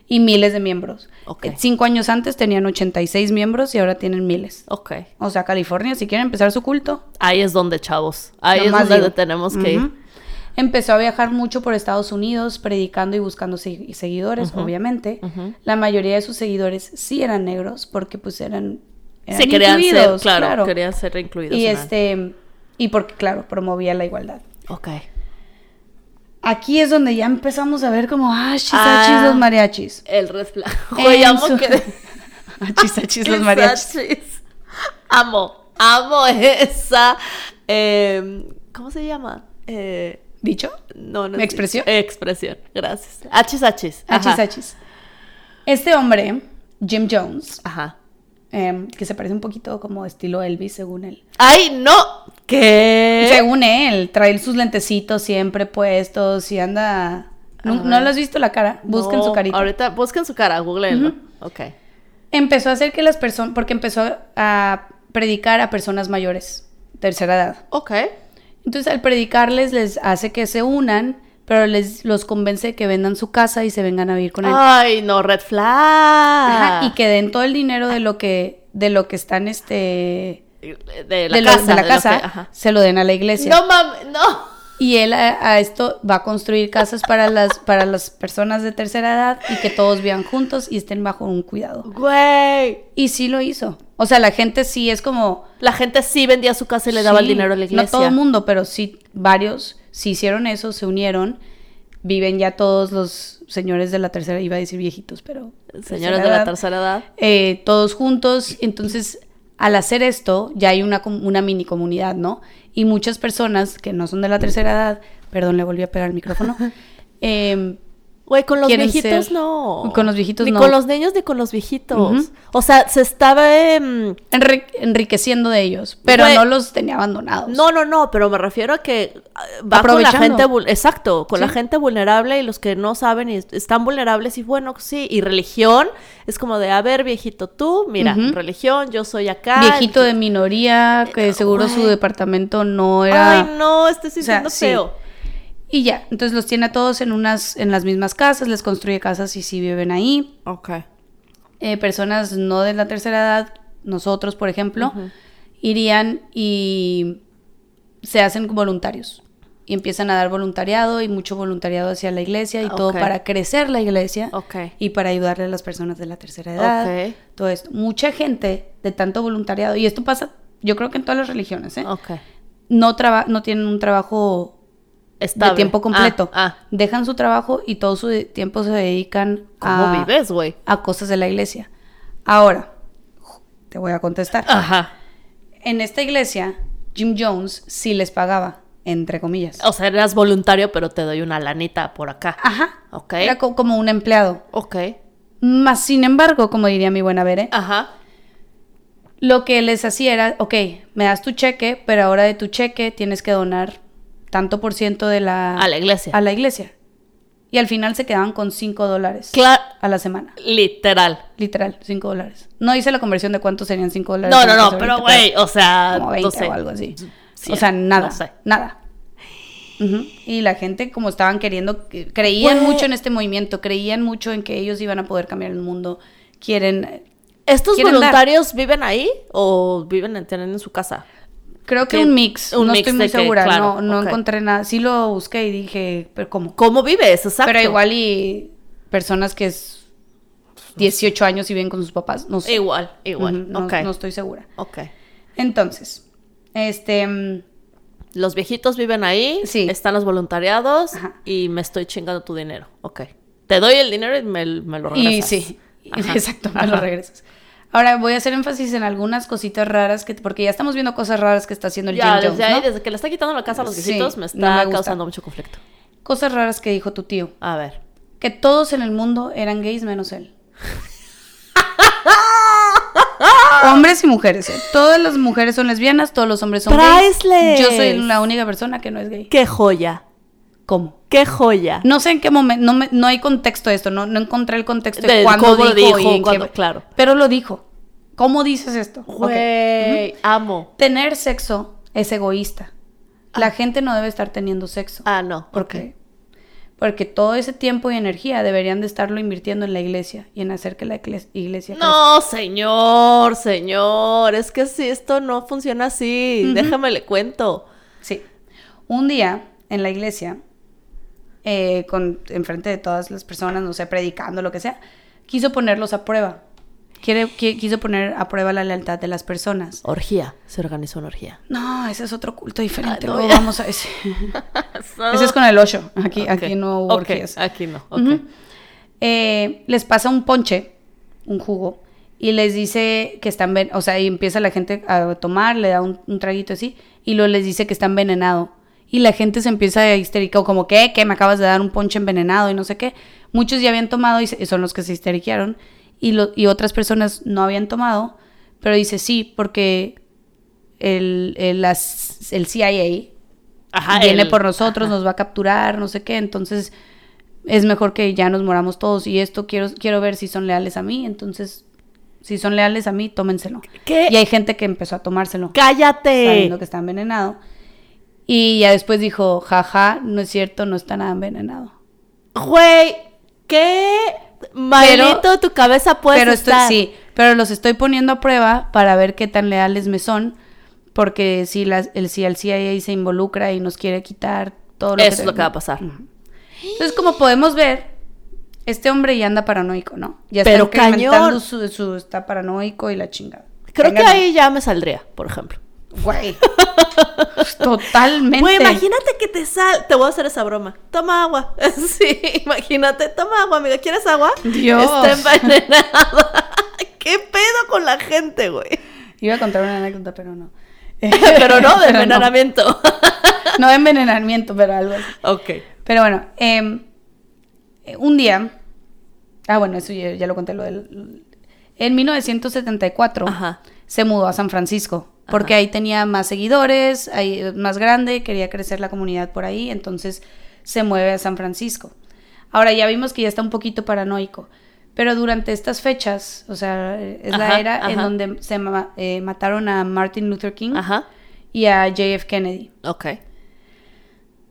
Speaker 2: Y miles de miembros.
Speaker 1: Ok.
Speaker 2: Eh, Cinco años antes tenían 86 miembros y ahora tienen miles.
Speaker 1: Ok.
Speaker 2: O sea, California, si quieren empezar su culto.
Speaker 1: Ahí es donde, chavos. Ahí es
Speaker 2: nomás
Speaker 1: donde
Speaker 2: digo.
Speaker 1: tenemos que
Speaker 2: Ujú.
Speaker 1: ir.
Speaker 2: Empezó a viajar mucho por Estados Unidos, predicando y buscando se- seguidores, obviamente.
Speaker 1: ujú.
Speaker 2: La mayoría de sus seguidores sí eran negros, porque pues eran, eran
Speaker 1: Se querían
Speaker 2: incluidos,
Speaker 1: ser, claro, querían ser incluidos.
Speaker 2: Y
Speaker 1: en algo.
Speaker 2: este, y porque claro, promovía la igualdad.
Speaker 1: Ok.
Speaker 2: Aquí es donde ya empezamos a ver como achis,
Speaker 1: Ah.
Speaker 2: achis los mariachis.
Speaker 1: El red flag. <laughs> Güey,
Speaker 2: En
Speaker 1: amo
Speaker 2: su- <laughs> Ah,
Speaker 1: que...
Speaker 2: Achis,
Speaker 1: <laughs>
Speaker 2: achis los
Speaker 1: Qué
Speaker 2: mariachis.
Speaker 1: sachis. Amo, amo esa... eh, ¿Cómo se llama? Eh,
Speaker 2: ¿Dicho?
Speaker 1: no, no
Speaker 2: ¿Mi
Speaker 1: es-
Speaker 2: expresión?
Speaker 1: expresión, gracias. Hachis, hachis. Ajá.
Speaker 2: Achis, achis. ah, Este hombre, Jim Jones,
Speaker 1: Ajá.
Speaker 2: em, que se parece un poquito como estilo Elvis, según él.
Speaker 1: ¡Ay, no! ¿Qué?
Speaker 2: Según él, trae sus lentecitos siempre puestos y anda... ¿No, no le has visto la cara? Busquen
Speaker 1: No,
Speaker 2: su carita.
Speaker 1: Ahorita busquen su cara, googleenlo. Ok.
Speaker 2: Empezó a hacer que las personas... Porque empezó a predicar a personas mayores, tercera edad.
Speaker 1: Ok.
Speaker 2: Entonces al predicarles les hace que se unan, pero les los convence de que vendan su casa y se vengan a vivir con él.
Speaker 1: ¡Ay, no, red flag!
Speaker 2: Ajá, y que den todo el dinero de lo que de lo que están este
Speaker 1: De la
Speaker 2: de lo-
Speaker 1: casa.
Speaker 2: de la
Speaker 1: de lo
Speaker 2: casa
Speaker 1: que- ajá.
Speaker 2: se lo den a la iglesia.
Speaker 1: No mames, no.
Speaker 2: Y él a, a esto va a construir casas para las para las personas de tercera edad y que todos vivan juntos y estén bajo un cuidado.
Speaker 1: Güey.
Speaker 2: Y sí lo hizo. O sea, la gente sí es como
Speaker 1: La gente sí vendía su casa y le daba el
Speaker 2: Sí,
Speaker 1: dinero a la iglesia.
Speaker 2: No todo el mundo, pero sí varios sí hicieron eso, se unieron. Viven ya todos los señores de la tercera, iba a decir viejitos, pero...
Speaker 1: Señores de la
Speaker 2: edad,
Speaker 1: tercera edad.
Speaker 2: eh, todos juntos. Entonces, al hacer esto, ya hay una, com- una mini comunidad, ¿no? Y muchas personas que no son de la tercera edad, perdón, le volví a pegar
Speaker 1: <laughs>
Speaker 2: el micrófono, em,
Speaker 1: Güey, con los
Speaker 2: quieren
Speaker 1: viejitos
Speaker 2: ser-
Speaker 1: no.
Speaker 2: con los viejitos
Speaker 1: ni
Speaker 2: no.
Speaker 1: con los niños ni con los viejitos.
Speaker 2: Ujú.
Speaker 1: O sea, se estaba. em,
Speaker 2: enri- enriqueciendo de ellos, pero
Speaker 1: Güey.
Speaker 2: no los tenía abandonados.
Speaker 1: No, no, no, pero me refiero a que eh, va con la
Speaker 2: Aprovechando.
Speaker 1: gente. vul- Exacto, con la
Speaker 2: Sí.
Speaker 1: gente vulnerable y los que no saben y est- están vulnerables. Y bueno, sí, y religión es como de: a ver, viejito, tú, mira,
Speaker 2: Ujú.
Speaker 1: religión, yo soy acá.
Speaker 2: Viejito de minoría, que seguro su
Speaker 1: güey.
Speaker 2: departamento no era...
Speaker 1: Ay, no, estoy sintiendo
Speaker 2: sí.
Speaker 1: feo.
Speaker 2: Y ya, entonces los tiene a todos en unas, en las mismas casas, les construye casas y sí viven ahí.
Speaker 1: Ok.
Speaker 2: Eh, personas no de la tercera edad, nosotros, por ejemplo, irían y se hacen voluntarios. y empiezan a dar voluntariado y mucho voluntariado hacia la iglesia y todo
Speaker 1: Ok.
Speaker 2: para crecer la iglesia
Speaker 1: Ok.
Speaker 2: y para ayudarle a las personas de la tercera edad.
Speaker 1: Ok.
Speaker 2: Todo esto. Mucha gente de tanto voluntariado, y esto pasa, yo creo que en todas las religiones, ¿eh?
Speaker 1: Ok.
Speaker 2: no, traba- no tienen un trabajo
Speaker 1: Estable.
Speaker 2: de tiempo completo.
Speaker 1: Ah, ah.
Speaker 2: Dejan su trabajo y todo su de- tiempo se dedican
Speaker 1: ¿Cómo
Speaker 2: a,
Speaker 1: vives, güey?
Speaker 2: a cosas de la iglesia. Ahora, ju- te voy a contestar.
Speaker 1: Ajá.
Speaker 2: En esta iglesia, Jim Jones sí les pagaba, entre comillas.
Speaker 1: O sea, eras voluntario, pero te doy una lanita por acá.
Speaker 2: Ajá.
Speaker 1: Ok.
Speaker 2: Era co- como un empleado.
Speaker 1: Ok.
Speaker 2: Más sin embargo, como diría mi buena Bere,
Speaker 1: Ajá.
Speaker 2: lo que les hacía era, ok, me das tu cheque, pero ahora de tu cheque tienes que donar tanto por ciento de la...
Speaker 1: A la iglesia.
Speaker 2: a la iglesia. Y al final se quedaban con 5 dólares
Speaker 1: Claro.
Speaker 2: a la semana.
Speaker 1: Literal.
Speaker 2: Literal, 5 dólares. No hice la conversión de cuánto serían 5 dólares.
Speaker 1: No,
Speaker 2: en
Speaker 1: no, no,
Speaker 2: pesos
Speaker 1: pero
Speaker 2: ahorita,
Speaker 1: güey, o sea,
Speaker 2: Como 20
Speaker 1: no sé.
Speaker 2: o algo así.
Speaker 1: Sí,
Speaker 2: o sea, nada.
Speaker 1: no sé.
Speaker 2: Nada. Ujú. Y la gente, como estaban queriendo, que- creían
Speaker 1: Güey.
Speaker 2: mucho en este movimiento, creían mucho en que ellos iban a poder cambiar el mundo. Quieren.
Speaker 1: ¿Estos
Speaker 2: ¿Quieren dar?
Speaker 1: voluntarios viven ahí o viven en, tienen en su casa?
Speaker 2: Creo que
Speaker 1: Que-
Speaker 2: un mix.
Speaker 1: un
Speaker 2: no
Speaker 1: mix
Speaker 2: estoy
Speaker 1: de
Speaker 2: muy
Speaker 1: que,
Speaker 2: segura.
Speaker 1: claro,
Speaker 2: no no
Speaker 1: ok.
Speaker 2: encontré nada. Sí lo busqué y dije, ¿pero cómo?
Speaker 1: ¿Cómo vives? Exacto.
Speaker 2: Pero igual y personas que es 18 años y viven con sus papás, no sé.
Speaker 1: Igual, igual.
Speaker 2: Ujú, no,
Speaker 1: ok.
Speaker 2: no estoy segura.
Speaker 1: Ok.
Speaker 2: Entonces, este, mm,
Speaker 1: Los viejitos viven ahí,
Speaker 2: Sí.
Speaker 1: están los voluntariados
Speaker 2: Ajá.
Speaker 1: y me estoy chingando tu dinero. Ok. Te doy el dinero y me, me lo
Speaker 2: y
Speaker 1: regresas.
Speaker 2: sí,
Speaker 1: Ajá.
Speaker 2: <laughs> exacto, me lo
Speaker 1: Ajá.
Speaker 2: regresas. Ahora voy a hacer énfasis en algunas cositas raras que porque ya estamos viendo cosas raras que está haciendo el
Speaker 1: Ya,
Speaker 2: Jim
Speaker 1: desde
Speaker 2: Jones,
Speaker 1: ahí,
Speaker 2: ¿no?
Speaker 1: desde que le está quitando la casa a los
Speaker 2: Sí,
Speaker 1: viejitos, me
Speaker 2: no
Speaker 1: está
Speaker 2: me gusta.
Speaker 1: causando mucho conflicto.
Speaker 2: Cosas raras que dijo tu tío,
Speaker 1: A ver.
Speaker 2: que todos en el mundo eran gays
Speaker 1: <laughs>
Speaker 2: menos él. Hombres y mujeres. ¿eh? Todas las mujeres son lesbianas, todos los hombres son
Speaker 1: Priceless.
Speaker 2: gays. Yo soy la única persona que no es gay.
Speaker 1: ¡Qué joya!
Speaker 2: ¿Cómo?
Speaker 1: ¡Qué joya!
Speaker 2: No sé en qué momento, no, me- no hay contexto de esto, no, no encontré el contexto de,
Speaker 1: Del
Speaker 2: cuándo
Speaker 1: cómo
Speaker 2: dijo,
Speaker 1: dijo,
Speaker 2: y en qué-
Speaker 1: cuándo- claro.
Speaker 2: Pero lo dijo. ¿Cómo dices esto? Ok.
Speaker 1: Güey, amo.
Speaker 2: Ujú. Tener sexo es egoísta. La gente no debe estar teniendo sexo.
Speaker 1: Ah, no.
Speaker 2: ¿Por qué? Porque todo ese tiempo y energía deberían de estarlo invirtiendo en la iglesia y en hacer que la igles- iglesia crezca.
Speaker 1: No, señor, señor, es que si esto no funciona así,
Speaker 2: Ujú.
Speaker 1: déjame le cuento.
Speaker 2: Sí. Un día en la iglesia, eh, con, enfrente de todas las personas, no sé, predicando, lo que sea, quiso ponerlos a prueba. Quiere, qui- quiso poner a prueba la lealtad de las personas.
Speaker 1: Orgía, se organizó una orgía.
Speaker 2: No, ese es otro culto diferente.
Speaker 1: Ah, no,
Speaker 2: luego
Speaker 1: ya.
Speaker 2: vamos
Speaker 1: <laughs>
Speaker 2: a ese. ese es con el ocho. Aquí, aquí no hubo
Speaker 1: Ok,
Speaker 2: orgías.
Speaker 1: Aquí no, ok.
Speaker 2: Ujú. Eh, les pasa un ponche, un jugo, y les dice que están, ven- o sea, y empieza la gente a tomar, le da un, un traguito así, y luego les dice que está envenenado. Y la gente se empieza a histérica, o como, ¿qué? ¿Qué? Me acabas de dar un ponche envenenado y no sé qué. Muchos ya habían tomado y se- son los que se histeriquearon, y, lo- y otras personas no habían tomado, pero dice sí, porque el, el, las- el CIA
Speaker 1: Ajá,
Speaker 2: viene
Speaker 1: el-
Speaker 2: por nosotros, nos va a capturar, no sé qué, entonces es mejor que ya nos moramos todos y esto quiero, quiero ver si son leales a mí, entonces si son leales a mí, tómenselo.
Speaker 1: ¿Qué?
Speaker 2: Y hay gente que empezó a tomárselo, sabiendo
Speaker 1: ¡Cállate!
Speaker 2: que está envenenado. Y ya después dijo, jaja, no es cierto, no está nada envenenado.
Speaker 1: Güey, ¿qué? Maldito de tu cabeza puede
Speaker 2: pero estoy-
Speaker 1: estar.
Speaker 2: sí, pero los estoy poniendo a prueba para ver qué tan leales me son, porque si, las, el, si el CIA se involucra y nos quiere quitar todo lo que...
Speaker 1: Eso es lo que va a pasar.
Speaker 2: Ujú. Entonces, como podemos ver, este hombre ya anda paranoico, ¿no? Ya
Speaker 1: Pero
Speaker 2: está incrementando
Speaker 1: cañón.
Speaker 2: Su, su- está paranoico y la chingada.
Speaker 1: Creo que
Speaker 2: Venga,
Speaker 1: ahí ya me saldría, por ejemplo.
Speaker 2: Güey. <laughs> Totalmente.
Speaker 1: Güey, imagínate que te sal... Te voy a hacer esa broma. Toma agua. <laughs> Sí, imagínate. Toma agua, amiga. ¿Quieres agua?
Speaker 2: Dios.
Speaker 1: Está envenenada. <laughs> ¿Qué pedo con la gente, güey? <laughs>
Speaker 2: Iba a contar una anécdota, pero no. <laughs>
Speaker 1: Pero no de
Speaker 2: Pero
Speaker 1: envenenamiento.
Speaker 2: <laughs>
Speaker 1: <laughs>
Speaker 2: No, de envenenamiento, pero algo así.
Speaker 1: ok.
Speaker 2: Pero bueno, em, eh, un día. Ah, bueno, eso ya, ya lo conté. Lo del, en 1974
Speaker 1: Ajá.
Speaker 2: se mudó a San Francisco. Porque
Speaker 1: Ajá.
Speaker 2: ahí tenía más seguidores, ahí, eh, más grande, quería crecer la comunidad por ahí. Entonces se mueve a San Francisco. Ahora ya vimos que ya está un poquito paranoico. Pero durante estas fechas, o sea, es
Speaker 1: Ajá,
Speaker 2: la era en
Speaker 1: ajá.
Speaker 2: donde se ma- eh, mataron a Martin Luther King
Speaker 1: Ajá.
Speaker 2: y a JF Kennedy.
Speaker 1: Ok.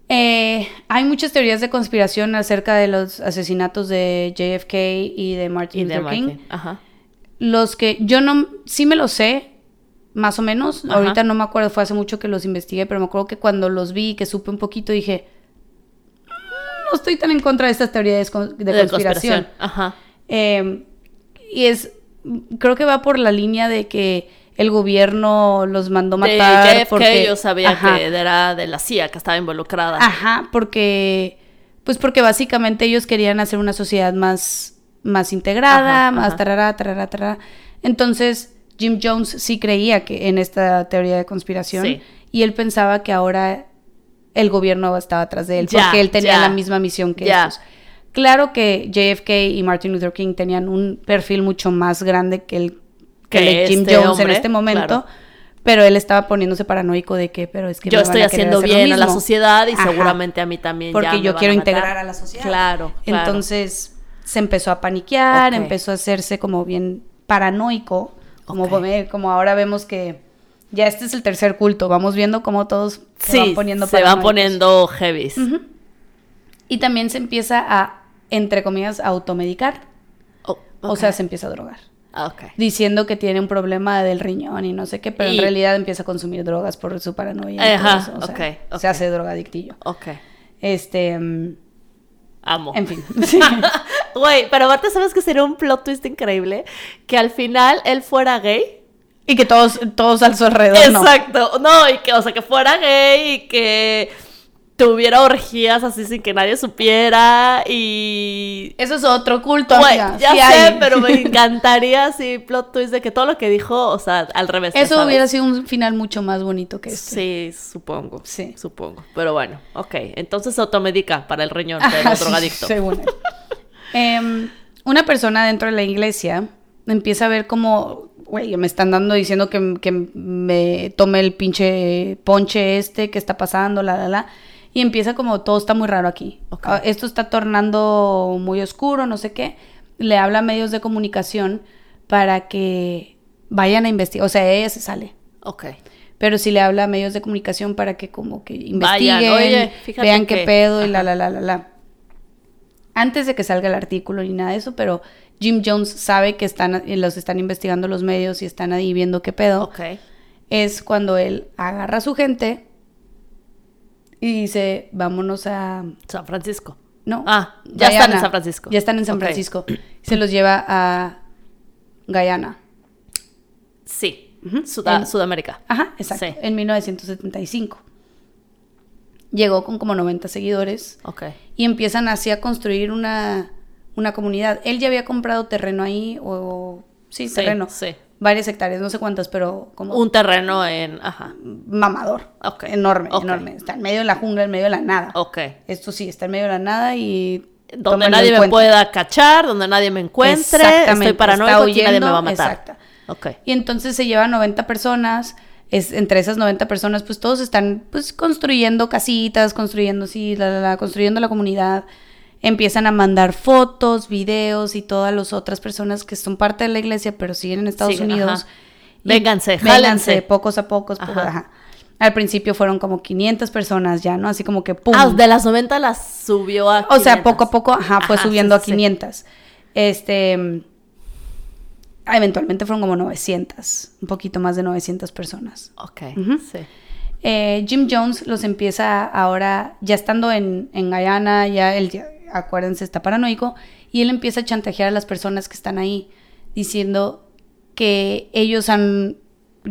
Speaker 2: Eh, hay muchas teorías de conspiración acerca de los asesinatos de JFK y de Martin
Speaker 1: Y de
Speaker 2: Luther King.
Speaker 1: Martin. Ajá.
Speaker 2: Los que yo no, sí me lo sé, más o menos.
Speaker 1: Ajá.
Speaker 2: Ahorita no me acuerdo, fue hace mucho que los investigué, pero me acuerdo que cuando los vi y que supe un poquito dije, "Mm, no estoy tan en contra de estas teorías de, de conspiración.
Speaker 1: Ajá.
Speaker 2: Eh, y es, creo que va por la línea de que el gobierno los mandó matar.
Speaker 1: de JFK
Speaker 2: porque,
Speaker 1: yo sabía
Speaker 2: Ajá. Ah,
Speaker 1: que era de la CIA que estaba involucrada.
Speaker 2: Ajá, porque pues porque básicamente ellos querían hacer una sociedad más más integrada,
Speaker 1: Ajá,
Speaker 2: más
Speaker 1: ajá.
Speaker 2: tarará, tarará, tarará. Entonces, Jim Jones sí creía que en esta teoría de conspiración
Speaker 1: Sí.
Speaker 2: y él pensaba que ahora el gobierno estaba atrás de él
Speaker 1: Ya,
Speaker 2: porque él tenía
Speaker 1: ya.
Speaker 2: la misma misión que
Speaker 1: Ya.
Speaker 2: ellos. Claro que JFK y Martin Luther King tenían un perfil mucho más grande que el
Speaker 1: Que
Speaker 2: que, el de Jim
Speaker 1: este
Speaker 2: Jones en
Speaker 1: hombre,
Speaker 2: este momento,
Speaker 1: claro.
Speaker 2: pero él estaba poniéndose paranoico de que, pero es que
Speaker 1: yo
Speaker 2: me van
Speaker 1: estoy
Speaker 2: a querer
Speaker 1: haciendo
Speaker 2: hacer lo
Speaker 1: bien a la
Speaker 2: mismo.
Speaker 1: sociedad y
Speaker 2: Ajá.
Speaker 1: seguramente a mí también. ya
Speaker 2: Porque
Speaker 1: me
Speaker 2: yo
Speaker 1: van
Speaker 2: quiero
Speaker 1: a matar.
Speaker 2: integrar a la sociedad.
Speaker 1: Claro, claro.
Speaker 2: Entonces se empezó a paniquear,
Speaker 1: Ok.
Speaker 2: empezó a hacerse como bien paranoico, como,
Speaker 1: Ok.
Speaker 2: come- como ahora vemos que ya este es el tercer culto, vamos viendo cómo todos se
Speaker 1: sí,
Speaker 2: van poniendo
Speaker 1: se van
Speaker 2: paranoicos.
Speaker 1: poniendo heavies.
Speaker 2: Y también se empieza a, entre comillas, automedicar,
Speaker 1: Oh,
Speaker 2: o sea,
Speaker 1: ok.
Speaker 2: se empieza a drogar.
Speaker 1: Ah, ok.
Speaker 2: Diciendo que tiene un problema del riñón y no sé qué, pero
Speaker 1: Y-
Speaker 2: en realidad empieza a consumir drogas por su paranoia. y todo
Speaker 1: Ajá,
Speaker 2: eso, o sea,
Speaker 1: ok,
Speaker 2: Se
Speaker 1: ok.
Speaker 2: hace drogadictillo.
Speaker 1: Ok.
Speaker 2: Este, mm,
Speaker 1: Amo. <laughs>
Speaker 2: en fin. sí.
Speaker 1: Güey, pero aparte, ¿sabes que sería un plot twist increíble? Que al final él fuera gay.
Speaker 2: Y que todos, todos a su alrededor. no.
Speaker 1: Exacto. No, y que, o sea, que fuera gay y que tuviera orgías así sin que nadie supiera y
Speaker 2: Eso es otro culto.
Speaker 1: Güey,
Speaker 2: amiga,
Speaker 1: ya
Speaker 2: sí
Speaker 1: sé,
Speaker 2: hay.
Speaker 1: pero
Speaker 2: <laughs>
Speaker 1: me encantaría así plot twist de que todo lo que dijo, o sea, al revés. ya
Speaker 2: Eso
Speaker 1: sabes.
Speaker 2: hubiera sido un final mucho más bonito que este.
Speaker 1: Sí, supongo.
Speaker 2: Sí.
Speaker 1: Supongo. Pero bueno, ok. Entonces se automedica para el riñón,
Speaker 2: Ajá,
Speaker 1: pero
Speaker 2: sí,
Speaker 1: drogadicto.
Speaker 2: según él. Em, una persona dentro de la iglesia empieza a ver como, güey, me están dando diciendo que, que me tome el pinche ponche este, que está pasando, la, la, la. Y empieza como, todo está muy raro aquí.
Speaker 1: Ok.
Speaker 2: Ah, Esto está tornando muy oscuro, no sé qué. Le habla a medios de comunicación para que vayan a investigar. O sea, ella se sale.
Speaker 1: Ok.
Speaker 2: pero si le habla a medios de comunicación para que como que investiguen,
Speaker 1: oye, fíjate
Speaker 2: vean qué
Speaker 1: que-
Speaker 2: pedo y la la la la la. Antes de que salga el artículo ni nada de eso, pero Jim Jones sabe que están eh, los están investigando los medios y están ahí viendo qué pedo.
Speaker 1: Ok.
Speaker 2: Es cuando él agarra a su gente y dice, "Vámonos a
Speaker 1: San Francisco.
Speaker 2: no.
Speaker 1: Ah, ya están en
Speaker 2: Guyana.
Speaker 1: San Francisco.
Speaker 2: Ya están en San
Speaker 1: Ok.
Speaker 2: Francisco. Se los lleva a Guyana.
Speaker 1: Sí.
Speaker 2: Ujú.
Speaker 1: Suda-
Speaker 2: En-
Speaker 1: Sudamérica.
Speaker 2: Ajá, exacto.
Speaker 1: Sí.
Speaker 2: En 1975. Llegó con como 90 seguidores
Speaker 1: Ok.
Speaker 2: y empiezan así a construir una, una comunidad. Él ya había comprado terreno ahí, o sí,
Speaker 1: Sí,
Speaker 2: terreno.
Speaker 1: sí.
Speaker 2: Varias hectáreas, no sé cuántas, pero como
Speaker 1: Un terreno en. Ajá.
Speaker 2: mamador.
Speaker 1: Ok,
Speaker 2: Enorme,
Speaker 1: ok.
Speaker 2: enorme. Está en medio de la jungla, en medio de la nada.
Speaker 1: Ok.
Speaker 2: Esto sí, está en medio de la nada y...
Speaker 1: Donde
Speaker 2: tómenlo
Speaker 1: nadie
Speaker 2: en
Speaker 1: me
Speaker 2: cuenta.
Speaker 1: pueda cachar, donde nadie me encuentre.
Speaker 2: Exactamente,
Speaker 1: Estoy
Speaker 2: está
Speaker 1: paranoico y nadie me
Speaker 2: huyendo,
Speaker 1: va a matar.
Speaker 2: exacto.
Speaker 1: Ok.
Speaker 2: Y entonces se lleva 90 personas. Es, entre esas 90 personas, pues todos están pues, construyendo casitas, construyendo, sí, la, la, la, construyendo la comunidad. Empiezan a mandar fotos, videos y todas las otras personas que son parte de la iglesia, pero siguen en Estados
Speaker 1: Siguen,
Speaker 2: Unidos.
Speaker 1: ajá.
Speaker 2: Y
Speaker 1: Vénganse, jálense.
Speaker 2: pocos a pocos. po-
Speaker 1: Ajá.
Speaker 2: ajá. Al principio fueron como 500 personas ya, ¿no? Así como que pum.
Speaker 1: Ah, de las 90 las subió a.
Speaker 2: O sea,
Speaker 1: 500.
Speaker 2: poco a poco, ajá, fue
Speaker 1: Ajá,
Speaker 2: subiendo
Speaker 1: sí, sí,
Speaker 2: a
Speaker 1: sí.
Speaker 2: 500. Este, mm, eventualmente fueron como 900, un poquito más de 900 personas.
Speaker 1: Ok.
Speaker 2: Ujú.
Speaker 1: Sí.
Speaker 2: Eh, Jim Jones los empieza ahora, ya estando en, en Guyana, ya él, ya- acuérdense, está paranoico, y él empieza a chantajear a las personas que están ahí, diciendo que ellos han,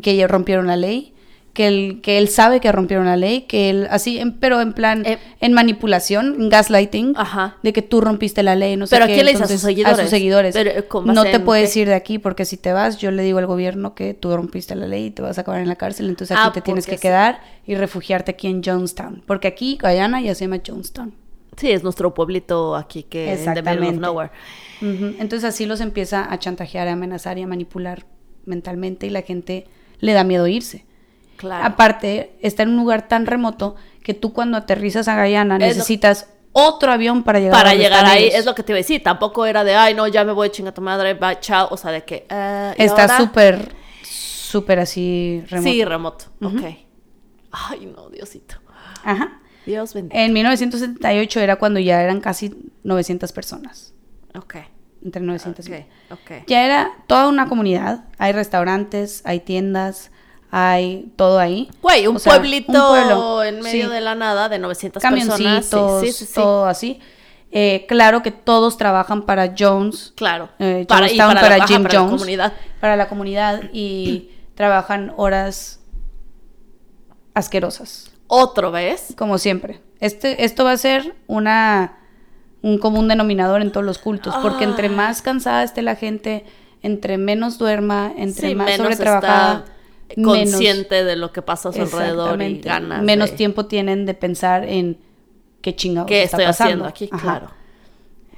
Speaker 2: que ellos rompieron la ley, que él, que él sabe que rompieron la ley, que él, así, en- pero en plan,
Speaker 1: Eh.
Speaker 2: en manipulación, en gaslighting,
Speaker 1: Ajá.
Speaker 2: de que tú rompiste la ley, no sé
Speaker 1: Pero
Speaker 2: qué.
Speaker 1: ¿a quién le dice? ¿A
Speaker 2: entonces,
Speaker 1: sus seguidores?
Speaker 2: A sus seguidores.
Speaker 1: Pero, eh, ¿con
Speaker 2: no
Speaker 1: base
Speaker 2: te
Speaker 1: en
Speaker 2: puedes
Speaker 1: qué?
Speaker 2: ir de aquí porque si te vas, yo le digo al gobierno que tú rompiste la ley y te vas a acabar en la cárcel, entonces aquí
Speaker 1: Ah,
Speaker 2: te tienes que
Speaker 1: porque sí.
Speaker 2: quedar y refugiarte aquí en Jonestown, porque aquí Guyana ya se llama Jonestown.
Speaker 1: Sí, es nuestro pueblito aquí que en the middle of
Speaker 2: Exactamente.
Speaker 1: nowhere.
Speaker 2: Ujú, Entonces así los empieza a chantajear, a amenazar y a manipular mentalmente y la gente le da miedo irse.
Speaker 1: Claro.
Speaker 2: Aparte, está en un lugar tan remoto que tú cuando aterrizas a Guyana
Speaker 1: Es lo-
Speaker 2: necesitas otro avión para llegar
Speaker 1: para
Speaker 2: a donde
Speaker 1: llegar
Speaker 2: están
Speaker 1: ahí,
Speaker 2: ellos.
Speaker 1: es lo que te iba a decir. Tampoco era de, ay, no, ya me voy, chinga tu madre, bye, chao. O sea, de que. eh, ¿y
Speaker 2: Está
Speaker 1: ahora?
Speaker 2: súper, súper así remoto.
Speaker 1: Sí, remoto.
Speaker 2: Ujú.
Speaker 1: Ok. Ay, no, Diosito.
Speaker 2: Ajá.
Speaker 1: Dios bendiga.
Speaker 2: En 1978 era cuando ya eran casi 900 personas,
Speaker 1: ok.
Speaker 2: entre 900 y
Speaker 1: Ok.
Speaker 2: mil.
Speaker 1: Ok.
Speaker 2: Ya era toda una comunidad, hay restaurantes, hay tiendas, hay todo ahí.
Speaker 1: Güey, un
Speaker 2: O sea, un
Speaker 1: pueblito
Speaker 2: pueblo,
Speaker 1: en medio
Speaker 2: sí.
Speaker 1: de la nada de 900 personas.
Speaker 2: Camioncitos,
Speaker 1: Sí, sí, sí, sí.
Speaker 2: todo así. Eh, claro que todos trabajan para Jones,
Speaker 1: Claro.
Speaker 2: eh,
Speaker 1: para, y
Speaker 2: Jonestown,
Speaker 1: para,
Speaker 2: para
Speaker 1: la, ajá,
Speaker 2: Jim
Speaker 1: para la
Speaker 2: Jones.
Speaker 1: comunidad.
Speaker 2: para la comunidad y trabajan horas asquerosas,
Speaker 1: Otro, ¿ves?
Speaker 2: como siempre. Este, esto va a ser una un común denominador en todos los cultos, porque
Speaker 1: Ah.
Speaker 2: entre más cansada esté la gente, entre menos duerma, entre
Speaker 1: Sí,
Speaker 2: más
Speaker 1: menos
Speaker 2: sobretrabajada,
Speaker 1: está
Speaker 2: menos-
Speaker 1: consciente de lo que pasa a su alrededor y
Speaker 2: Exactamente.
Speaker 1: ganas.
Speaker 2: menos
Speaker 1: de-
Speaker 2: tiempo tienen de pensar en qué chingados
Speaker 1: ¿Qué
Speaker 2: está
Speaker 1: estoy haciendo
Speaker 2: pasando.
Speaker 1: aquí?
Speaker 2: Ajá.
Speaker 1: Claro.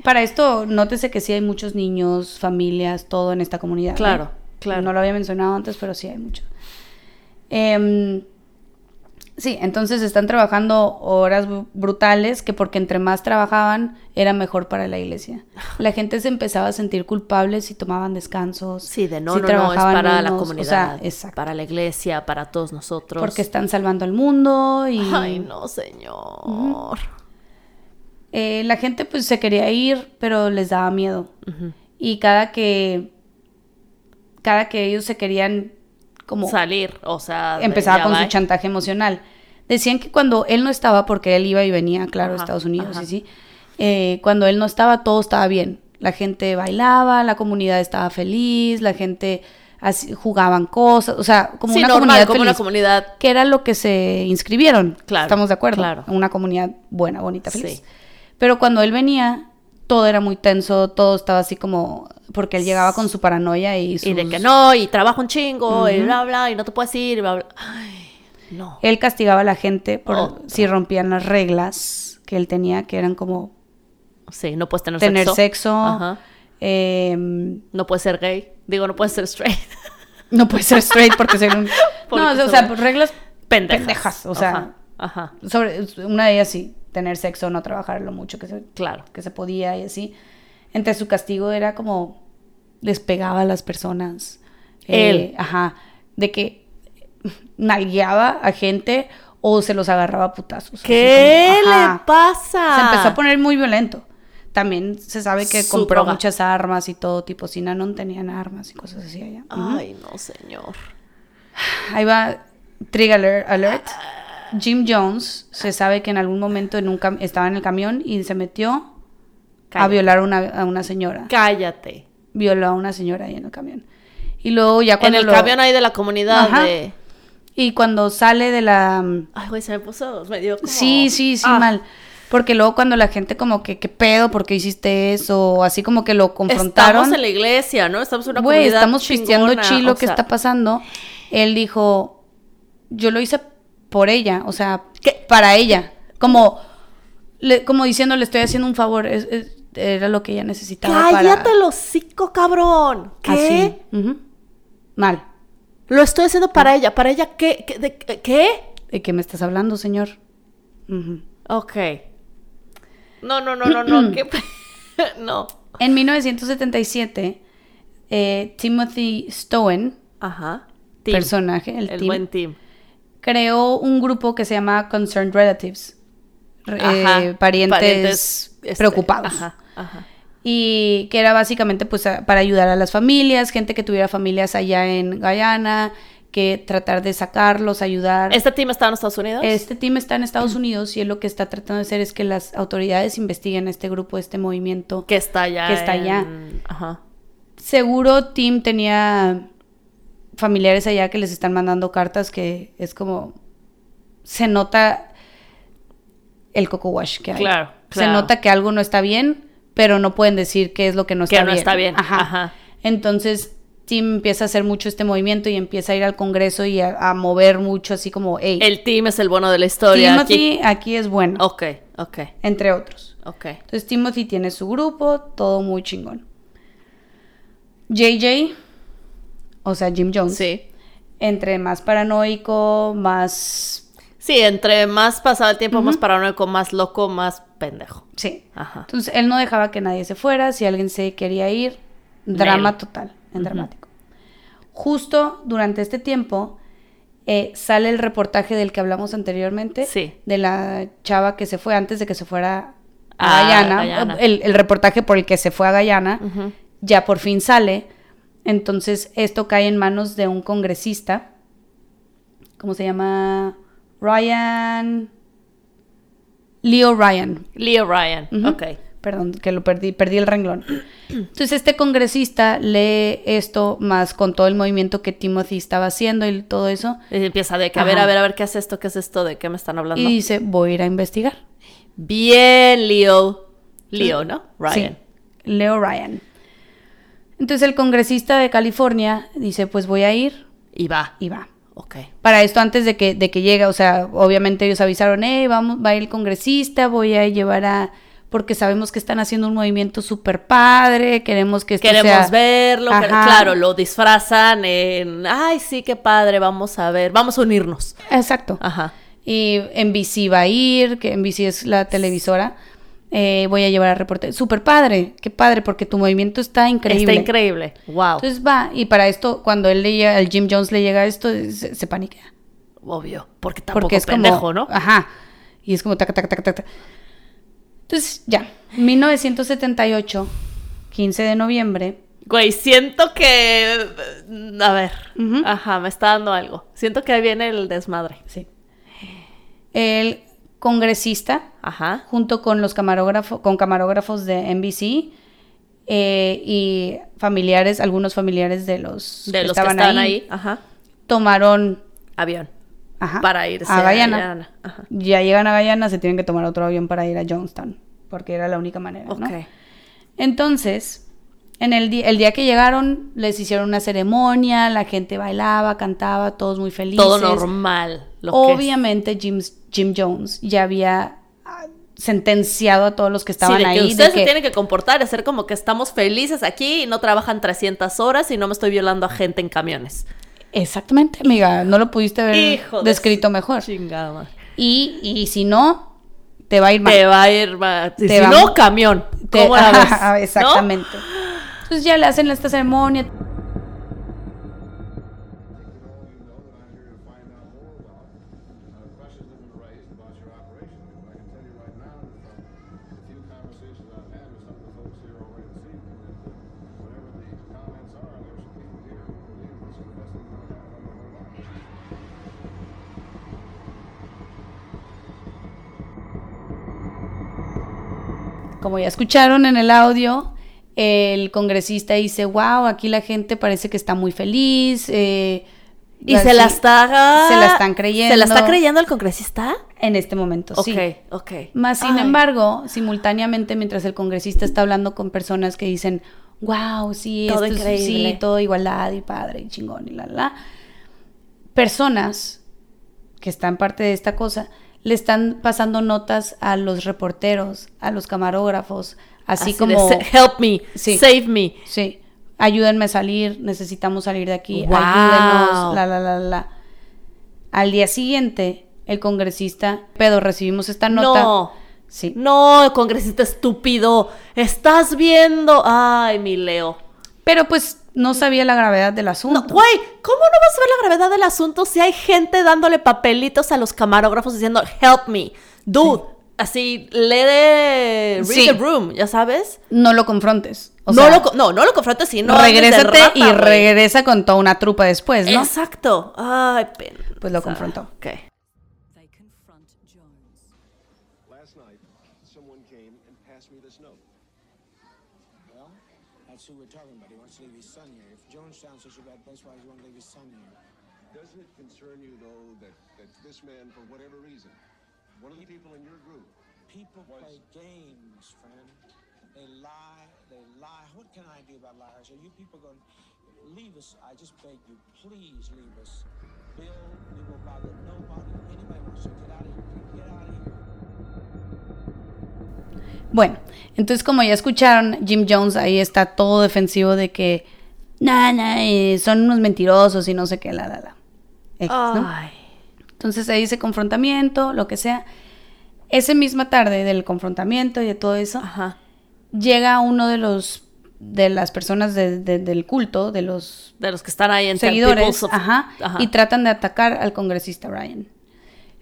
Speaker 2: Para esto, nótese que sí hay muchos niños, familias, todo en esta comunidad. ¿eh?
Speaker 1: Claro, claro.
Speaker 2: No lo había mencionado antes, pero sí hay mucho. Em, sí, entonces están trabajando horas br- brutales que porque entre más trabajaban era mejor para la
Speaker 1: <laughs>
Speaker 2: iglesia. La gente se empezaba a sentir culpable si tomaban descansos.
Speaker 1: Sí, de no,
Speaker 2: si
Speaker 1: no, no, es
Speaker 2: trabajaban
Speaker 1: para la
Speaker 2: menos,
Speaker 1: comunidad,
Speaker 2: O sea, exacto.
Speaker 1: para la iglesia, para todos nosotros.
Speaker 2: Porque están salvando al mundo y...
Speaker 1: Ay, no, señor.
Speaker 2: Eh, la gente pues se quería ir, pero les daba miedo.
Speaker 1: Ujú.
Speaker 2: Y cada que cada que ellos se querían como
Speaker 1: Salir, o sea... de-
Speaker 2: empezaba
Speaker 1: ya
Speaker 2: con
Speaker 1: va.
Speaker 2: su chantaje emocional. Decían que cuando él no estaba, porque él iba y venía, claro,
Speaker 1: Ajá,
Speaker 2: a Estados Unidos,
Speaker 1: ajá.
Speaker 2: sí, sí. eh, cuando él no estaba, todo estaba bien. La gente bailaba, la comunidad estaba feliz, la gente así- jugaban cosas, o sea, como
Speaker 1: Sí,
Speaker 2: una
Speaker 1: normal,
Speaker 2: comunidad
Speaker 1: como
Speaker 2: feliz,
Speaker 1: una comunidad...
Speaker 2: que era lo que se inscribieron.
Speaker 1: Claro,
Speaker 2: Estamos de acuerdo.
Speaker 1: claro.
Speaker 2: Una comunidad buena, bonita, feliz.
Speaker 1: Sí.
Speaker 2: Pero cuando él venía, todo era muy tenso, todo estaba así como. Porque él llegaba con su paranoia y sus...
Speaker 1: Y de que no, y trabajo un chingo, y bla, bla, y no te puedes ir, y bla, bla. Ay, no.
Speaker 2: Él castigaba a la gente por
Speaker 1: Otra.
Speaker 2: si rompían las reglas que él tenía, que eran como
Speaker 1: Sí, no puedes tener,
Speaker 2: tener
Speaker 1: sexo.
Speaker 2: sexo.
Speaker 1: Ajá.
Speaker 2: em,
Speaker 1: No puedes ser gay. Digo, no puedes ser straight. <laughs>
Speaker 2: no puede ser straight porque ser un.
Speaker 1: Porque
Speaker 2: no, o
Speaker 1: son-
Speaker 2: sea, pues reglas
Speaker 1: Pendejas.
Speaker 2: Pendejas, o sea.
Speaker 1: Ajá, ajá,
Speaker 2: sobre una de ellas sí, tener sexo, no trabajar lo mucho que se,
Speaker 1: claro.
Speaker 2: que se podía y así. Entre su castigo era como les pegaba a las personas. eh,
Speaker 1: Él.
Speaker 2: Ajá. De que nalgueaba a gente o se los agarraba a putazos. así
Speaker 1: ¿Qué
Speaker 2: como,
Speaker 1: le
Speaker 2: ajá.
Speaker 1: pasa?
Speaker 2: Se empezó a poner muy violento. También se sabe que
Speaker 1: Su
Speaker 2: compró
Speaker 1: droga.
Speaker 2: muchas armas y todo tipo. Sina no tenían armas y cosas así allá. Ujú.
Speaker 1: Ay, no, señor.
Speaker 2: Ahí va Trigger alert, alert. Jim Jones se sabe que en algún momento en un cam- estaba en el camión y se metió a
Speaker 1: Cállate.
Speaker 2: violar una- a una señora.
Speaker 1: Cállate.
Speaker 2: Violó a una señora ahí en el camión. Y luego ya
Speaker 1: En
Speaker 2: cuando
Speaker 1: el
Speaker 2: lo-
Speaker 1: camión ahí de la comunidad
Speaker 2: Ajá.
Speaker 1: de...
Speaker 2: y cuando sale de la
Speaker 1: Ay, güey, se me puso... Me dio como-
Speaker 2: Sí, sí, sí,
Speaker 1: Ah,
Speaker 2: mal. Porque luego cuando la gente como que qué pedo, por qué hiciste eso, así como que lo confrontaron.
Speaker 1: Estamos en la iglesia, ¿no? Estamos en una
Speaker 2: Güey,
Speaker 1: comunidad
Speaker 2: estamos pisteando
Speaker 1: chingona,
Speaker 2: chilo,
Speaker 1: o
Speaker 2: ¿qué
Speaker 1: sea,
Speaker 2: está pasando? Él dijo, yo lo hice por ella, o sea,
Speaker 1: ¿Qué?
Speaker 2: para ella. Como, le, como diciendo, le estoy haciendo un favor, es- es- era lo que ella necesitaba.
Speaker 1: ¡Cállate
Speaker 2: para...
Speaker 1: el hocico, cabrón!
Speaker 2: Ah,
Speaker 1: ¿Qué?
Speaker 2: Así, ujú. Mal.
Speaker 1: Lo estoy haciendo
Speaker 2: Mm.
Speaker 1: para ella. ¿Para ella qué? ¿Qué? de- ¿Qué?
Speaker 2: ¿De qué me estás hablando, señor? Ujú.
Speaker 1: Ok. No, no, no, no,
Speaker 2: <clears throat>
Speaker 1: no. ¿Qué? <laughs> pe- no.
Speaker 2: En 1977, eh, Timothy Stowen,
Speaker 1: Ajá. Tim,
Speaker 2: personaje, el,
Speaker 1: el
Speaker 2: Tim,
Speaker 1: buen Tim.
Speaker 2: creó un grupo que se llama Concerned Relatives, re-
Speaker 1: Ajá,
Speaker 2: eh, parientes,
Speaker 1: este,
Speaker 2: preocupados.
Speaker 1: Ajá, ajá.
Speaker 2: Y que era básicamente pues a- para ayudar a las familias, gente que tuviera familias allá en Guyana, que tratar de sacarlos, ayudar.
Speaker 1: ¿Este Tim estaba en Estados Unidos?
Speaker 2: Este team está en Estados Unidos y él lo que está tratando de hacer es que las autoridades investiguen este grupo, este movimiento.
Speaker 1: Que está allá.
Speaker 2: Que está
Speaker 1: en-
Speaker 2: allá.
Speaker 1: Ajá.
Speaker 2: Seguro Tim tenía familiares allá que les están mandando cartas que es como se nota el coco wash que hay.
Speaker 1: Claro,
Speaker 2: Se
Speaker 1: claro.
Speaker 2: nota que algo no está bien, pero no pueden decir qué es lo que no
Speaker 1: Que
Speaker 2: está
Speaker 1: no
Speaker 2: bien.
Speaker 1: está bien,
Speaker 2: Ajá.
Speaker 1: ajá.
Speaker 2: Entonces Tim empieza a hacer mucho este movimiento y empieza a ir al Congreso y a, a mover mucho así como, hey,
Speaker 1: El Tim es el bueno de la historia.
Speaker 2: Timothy
Speaker 1: aquí.
Speaker 2: aquí. es bueno,
Speaker 1: Ok, ok,
Speaker 2: entre otros.
Speaker 1: ok.
Speaker 2: Entonces Timothy tiene su grupo, todo muy chingón. JJ, o sea, Jim Jones,
Speaker 1: Sí.
Speaker 2: entre más paranoico, más...
Speaker 1: Sí, entre más pasaba el tiempo, más paranoico, más loco, más pendejo.
Speaker 2: Sí.
Speaker 1: Ajá.
Speaker 2: Entonces él no dejaba que nadie se fuera, si alguien se quería ir, drama
Speaker 1: Nel.
Speaker 2: total, en dramático. Justo durante este tiempo eh, sale el reportaje del que hablamos anteriormente,
Speaker 1: Sí.
Speaker 2: de la chava que se fue antes de que se fuera
Speaker 1: Ah,
Speaker 2: a Guyana,
Speaker 1: Guyana.
Speaker 2: El, el reportaje por el que se fue a Guyana. ya por fin sale. Entonces esto cae en manos de un congresista ¿Cómo se llama? Ryan. Leo Ryan.
Speaker 1: Leo Ryan,
Speaker 2: Ujú.
Speaker 1: ok.
Speaker 2: Perdón, que lo perdí, perdí el renglón. Entonces este congresista lee esto más con todo el movimiento que Timothy estaba haciendo y todo eso
Speaker 1: Y empieza de que, a ver,
Speaker 2: Ajá.
Speaker 1: a ver, a ver, ¿qué es esto? ¿Qué es esto? ¿De qué me están hablando?
Speaker 2: y dice, voy a ir a investigar.
Speaker 1: Bien, Leo. Leo, ¿no? Ryan.
Speaker 2: Sí, Leo Ryan. Entonces el congresista de California dice, pues voy a ir
Speaker 1: Y va.
Speaker 2: y va.
Speaker 1: Ok.
Speaker 2: Para esto antes de que, de que llegue, o sea, obviamente ellos avisaron, hey, vamos, va a ir el congresista, voy a llevar a... Porque sabemos que están haciendo un movimiento súper padre, queremos que esto
Speaker 1: Queremos
Speaker 2: sea-
Speaker 1: verlo. quer-
Speaker 2: Ajá.
Speaker 1: Claro, lo disfrazan en. Ay, sí, qué padre, vamos a ver. Vamos a unirnos.
Speaker 2: Exacto.
Speaker 1: Ajá.
Speaker 2: Y NBC va a ir, que NBC es la televisora. eh, voy a llevar a reporte. Súper padre, qué padre, porque tu movimiento está increíble.
Speaker 1: Está increíble. Wow.
Speaker 2: Entonces va, y para esto, cuando él le llega, el Jim Jones le llega esto, se, se paniquea.
Speaker 1: Obvio. Porque tampoco
Speaker 2: Porque es
Speaker 1: pendejo,
Speaker 2: como.
Speaker 1: ¿no?
Speaker 2: Ajá. Y es como taca, taca, taca, taca. taca. Entonces, ya. 1978, 15 de noviembre.
Speaker 1: Güey, siento que. A ver.
Speaker 2: Ujú.
Speaker 1: Ajá, me está dando algo. Siento que ahí viene el desmadre.
Speaker 2: Sí. El congresista
Speaker 1: Ajá.
Speaker 2: junto con los camarógrafos, con camarógrafos de NBC eh, y familiares, algunos familiares de los,
Speaker 1: De los que estaban ahí. Ajá.
Speaker 2: tomaron
Speaker 1: Avión.
Speaker 2: ajá,
Speaker 1: Para irse
Speaker 2: a Guyana.
Speaker 1: Guyana. Ajá.
Speaker 2: Ya llegan a Guyana, se tienen que tomar otro avión para ir a Johnstown, porque era la única manera,
Speaker 1: Ok.
Speaker 2: ¿no? Entonces, en el, di- el día que llegaron, les hicieron una ceremonia, la gente bailaba, cantaba, todos muy felices.
Speaker 1: Todo normal. Lo que es.
Speaker 2: Obviamente Jim, Jim Jones ya había ah, sentenciado a todos los que estaban
Speaker 1: Sí, de que
Speaker 2: ahí. de
Speaker 1: ustedes
Speaker 2: que-
Speaker 1: se tienen que comportar, hacer como que estamos felices aquí y no trabajan 300 horas y no me estoy violando a gente en camiones.
Speaker 2: Exactamente, amiga. No lo pudiste haber
Speaker 1: Hijo de
Speaker 2: descrito
Speaker 1: su
Speaker 2: mejor.
Speaker 1: Chingada madre.
Speaker 2: Y, y si no, te va a ir mal.
Speaker 1: Te va a ir, va- y
Speaker 2: Te
Speaker 1: si
Speaker 2: va-
Speaker 1: no, camión.
Speaker 2: Te-
Speaker 1: ¿Cómo
Speaker 2: <laughs>
Speaker 1: la ves?
Speaker 2: Ajá,
Speaker 1: ¿No?
Speaker 2: Exactamente. Entonces ya le hacen esta ceremonia.
Speaker 4: uh, uh, uh,
Speaker 2: Como ya escucharon en el audio, el congresista dice, wow, aquí la gente parece que está muy feliz. eh,
Speaker 1: Y se la
Speaker 2: sí,
Speaker 1: está...
Speaker 2: se la están creyendo.
Speaker 1: ¿Se la está creyendo el congresista?
Speaker 2: En este momento,
Speaker 1: Ok,
Speaker 2: sí.
Speaker 1: ok.
Speaker 2: Más sin
Speaker 1: Ay,
Speaker 2: embargo, simultáneamente, mientras el congresista está hablando con personas que dicen, wow, sí,
Speaker 1: Todo
Speaker 2: esto es,
Speaker 1: increíble".
Speaker 2: sí, todo igualdad y padre y chingón y la la. Personas que están parte de esta cosa le están pasando notas a los reporteros, a los camarógrafos, así,
Speaker 1: de,
Speaker 2: como,
Speaker 1: "Se- Help me,
Speaker 2: Sí.
Speaker 1: save me.
Speaker 2: sí, ayúdenme a salir, necesitamos salir de aquí,
Speaker 1: Wow.
Speaker 2: ayúdenos, la la la la. Al día siguiente, el congresista, pero recibimos esta nota.
Speaker 1: No,
Speaker 2: Sí.
Speaker 1: no, congresista estúpido. Estás viendo... Ay, mi Leo.
Speaker 2: Pero pues no sabía la gravedad del asunto.
Speaker 1: Güey, ¿cómo no vas a ver la gravedad del asunto si hay gente dándole papelitos a los camarógrafos diciendo, help me, dude? Así, le de read
Speaker 2: Sí.
Speaker 1: the room, ¿ya sabes?
Speaker 2: no lo confrontes. O
Speaker 1: no,
Speaker 2: sea,
Speaker 1: lo, co- no, no lo confrontes y no andes de
Speaker 2: regrésate
Speaker 1: rata,
Speaker 2: y
Speaker 1: güey.
Speaker 2: regresa con toda una trupa después, ¿no?
Speaker 1: Exacto. Ay, pena.
Speaker 2: Pues lo confrontó.
Speaker 1: Ok.
Speaker 4: Last night, someone came and passed me this note.
Speaker 5: Well, that's who we're talking about. He wants to leave his son here. If Jonestown's such a bad place, why does he want to leave his son here?
Speaker 4: Doesn't it concern you, though, that, that this man, for whatever reason, one of the people in your group,
Speaker 5: People play games, friend. They lie. They lie. What can I do about liars? Are you people going to leave us? I just beg you, please leave us. Bill, we will bother nobody. Anybody wants to get out of here, get out of here.
Speaker 2: Bueno, entonces como ya escucharon, Jim Jones ahí está todo defensivo de que nah, nah, eh, son unos mentirosos y no sé qué, la, la, la. X, ¿no?
Speaker 1: Ay.
Speaker 2: Entonces ahí dice confrontamiento, lo que sea. Esa misma tarde del confrontamiento y de todo eso,
Speaker 1: Ajá.
Speaker 2: llega uno de los de las personas de- de- del culto, de los
Speaker 1: De los que están ahí en
Speaker 2: seguidores,
Speaker 1: People's of-
Speaker 2: ajá, y tratan de atacar al congresista Ryan.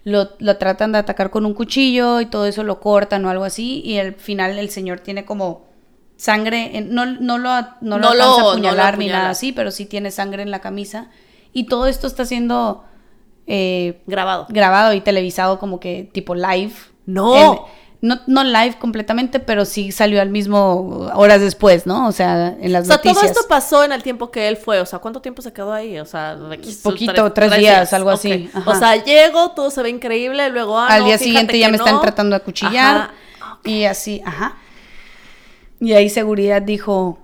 Speaker 2: Lo, lo tratan de atacar con un cuchillo y todo eso lo cortan o algo así, y al final el señor tiene como sangre, en- no, no lo, a- no lo
Speaker 1: No lo-
Speaker 2: alcanza
Speaker 1: no
Speaker 2: a
Speaker 1: lo
Speaker 2: apuñalar ni
Speaker 1: apuñala.
Speaker 2: nada así, pero sí tiene sangre en la camisa. Y todo esto está siendo eh,
Speaker 1: Grabado.
Speaker 2: grabado y televisado como que tipo live.
Speaker 1: ¡No!
Speaker 2: En- no, no live completamente, pero sí salió al mismo horas después, ¿no? O sea, en las
Speaker 1: O sea,
Speaker 2: noticias.
Speaker 1: todo esto pasó en el tiempo que él fue. O sea, ¿cuánto tiempo se quedó ahí? O sea, aquí son
Speaker 2: Poquito, tres días, algo así.
Speaker 1: Ok.
Speaker 2: Ajá.
Speaker 1: O sea, llego, todo se ve increíble, luego ah,
Speaker 2: al
Speaker 1: no,
Speaker 2: día
Speaker 1: fíjate
Speaker 2: siguiente ya
Speaker 1: que
Speaker 2: me están
Speaker 1: no.
Speaker 2: tratando de acuchillar.
Speaker 1: Ajá.
Speaker 2: Y así, ajá. Y ahí seguridad dijo,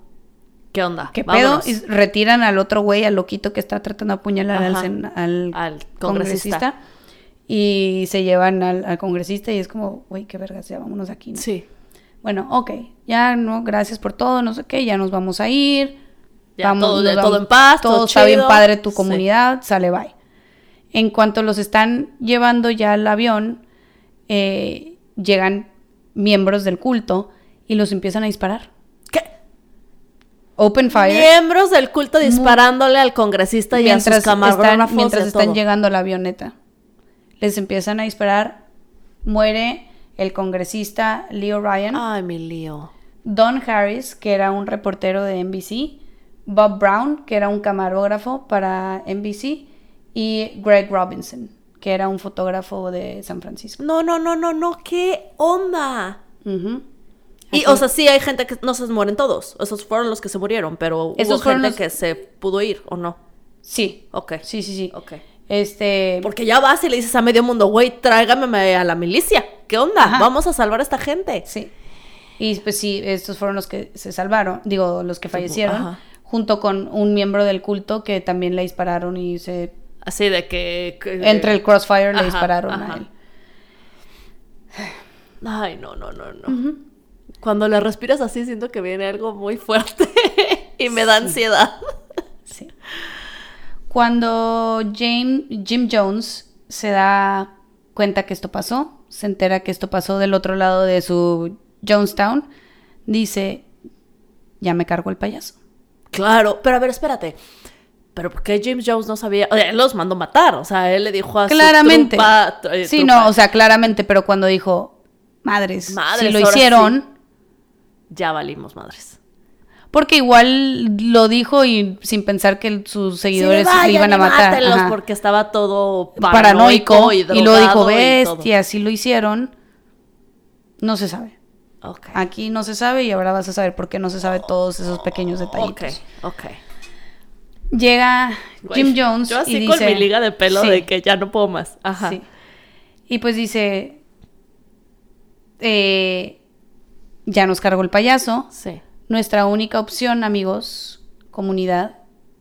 Speaker 1: ¿Qué onda?
Speaker 2: ¿qué
Speaker 1: Vámonos.
Speaker 2: pedo? Y retiran al otro güey, al loquito que está tratando de apuñalar al,
Speaker 1: Ajá.
Speaker 2: sen- al,
Speaker 1: Al
Speaker 2: congresista.
Speaker 1: congresista.
Speaker 2: Y se llevan al, al congresista y es como, güey, qué vergas, ya vámonos de aquí. ¿no?".
Speaker 1: Sí.
Speaker 2: Bueno, ok, ya no, gracias por todo, no sé qué, ya nos vamos a ir.
Speaker 1: Ya,
Speaker 2: Vamos,
Speaker 1: todo,
Speaker 2: nos
Speaker 1: todo
Speaker 2: vamos-
Speaker 1: en paz,
Speaker 2: Todo,
Speaker 1: todo
Speaker 2: está bien
Speaker 1: chido.
Speaker 2: padre tu
Speaker 1: Sí.
Speaker 2: comunidad, sale bye. En cuanto los están llevando ya al avión, eh, llegan miembros del culto y los empiezan a disparar.
Speaker 1: ¿Qué?
Speaker 2: Open fire.
Speaker 1: Miembros del culto disparándole al congresista y a sus camarógrafos.
Speaker 2: están, mientras
Speaker 1: y a
Speaker 2: están
Speaker 1: todo.
Speaker 2: llegando a la avioneta. Les empiezan a disparar. Muere el congresista Leo Ryan.
Speaker 1: Ay, mi lío.
Speaker 2: Don Harris, que era un reportero de NBC, Bob Brown, que era un camarógrafo para NBC, y Greg Robinson, que era un fotógrafo de San Francisco.
Speaker 1: No, no, no, no, no, ¿qué onda?
Speaker 2: Ujú.
Speaker 1: Y, o sea, sí hay gente que no se mueren todos. Esos fueron los que se murieron, pero
Speaker 2: Esos
Speaker 1: hubo
Speaker 2: fueron
Speaker 1: gente
Speaker 2: los-
Speaker 1: que se pudo ir, ¿o no?
Speaker 2: Sí,
Speaker 1: Ok.
Speaker 2: sí, sí, sí.
Speaker 1: Ok.
Speaker 2: Este,
Speaker 1: Porque ya vas y le dices a medio mundo, güey, tráigame a la milicia. ¿Qué onda?
Speaker 2: Ajá.
Speaker 1: Vamos a salvar a esta gente.
Speaker 2: sí. Y pues sí, estos fueron los que se salvaron, digo, los que fallecieron,
Speaker 1: Ajá.
Speaker 2: junto con un miembro del culto que también le dispararon y se
Speaker 1: Así de que... que-
Speaker 2: entre el crossfire
Speaker 1: Eh,
Speaker 2: le
Speaker 1: Ajá,
Speaker 2: dispararon
Speaker 1: ajá.
Speaker 2: a él.
Speaker 1: Ay, no, no, no, no. Cuando la respiras así, siento que viene algo muy fuerte <laughs> y me da ansiedad.
Speaker 2: Sí. Cuando James, Jim Jones se da cuenta que esto pasó, se entera que esto pasó del otro lado de su Jonestown, dice, ya me cargo el payaso.
Speaker 1: Claro, pero a ver, espérate. Pero ¿por qué James Jones no sabía? O sea, él los mandó matar. O sea, él le dijo a
Speaker 2: Claramente.
Speaker 1: Ah, su trupa, eh,
Speaker 2: sí,
Speaker 1: trupa,
Speaker 2: no, o sea, claramente, pero cuando dijo, madres, si
Speaker 1: Madres,
Speaker 2: lo
Speaker 1: ahora
Speaker 2: hicieron,
Speaker 1: ya valimos madres.
Speaker 2: porque igual lo dijo y sin pensar que sus seguidores
Speaker 1: Sí,
Speaker 2: le
Speaker 1: vayan
Speaker 2: iban a
Speaker 1: y
Speaker 2: matar.
Speaker 1: mátenlos,
Speaker 2: ajá.
Speaker 1: porque estaba todo paranoico,
Speaker 2: paranoico,
Speaker 1: y
Speaker 2: y,
Speaker 1: drogado
Speaker 2: luego dijo,
Speaker 1: y todo.
Speaker 2: bestia, si lo hicieron, no se sabe.
Speaker 1: Ok.
Speaker 2: Aquí no se sabe y ahora vas a saber por qué no se sabe todos esos pequeños
Speaker 1: Ok,
Speaker 2: detallitos.
Speaker 1: ok.
Speaker 2: Llega
Speaker 1: Güey,
Speaker 2: Jim Jones
Speaker 1: Yo así
Speaker 2: y
Speaker 1: con
Speaker 2: dice,
Speaker 1: mi liga de pelo
Speaker 2: Sí,
Speaker 1: de que ya no puedo más. Ajá.
Speaker 2: sí. Y pues dice, eh, ya nos cargó el payaso.
Speaker 1: Sí.
Speaker 2: Nuestra única opción, amigos, comunidad,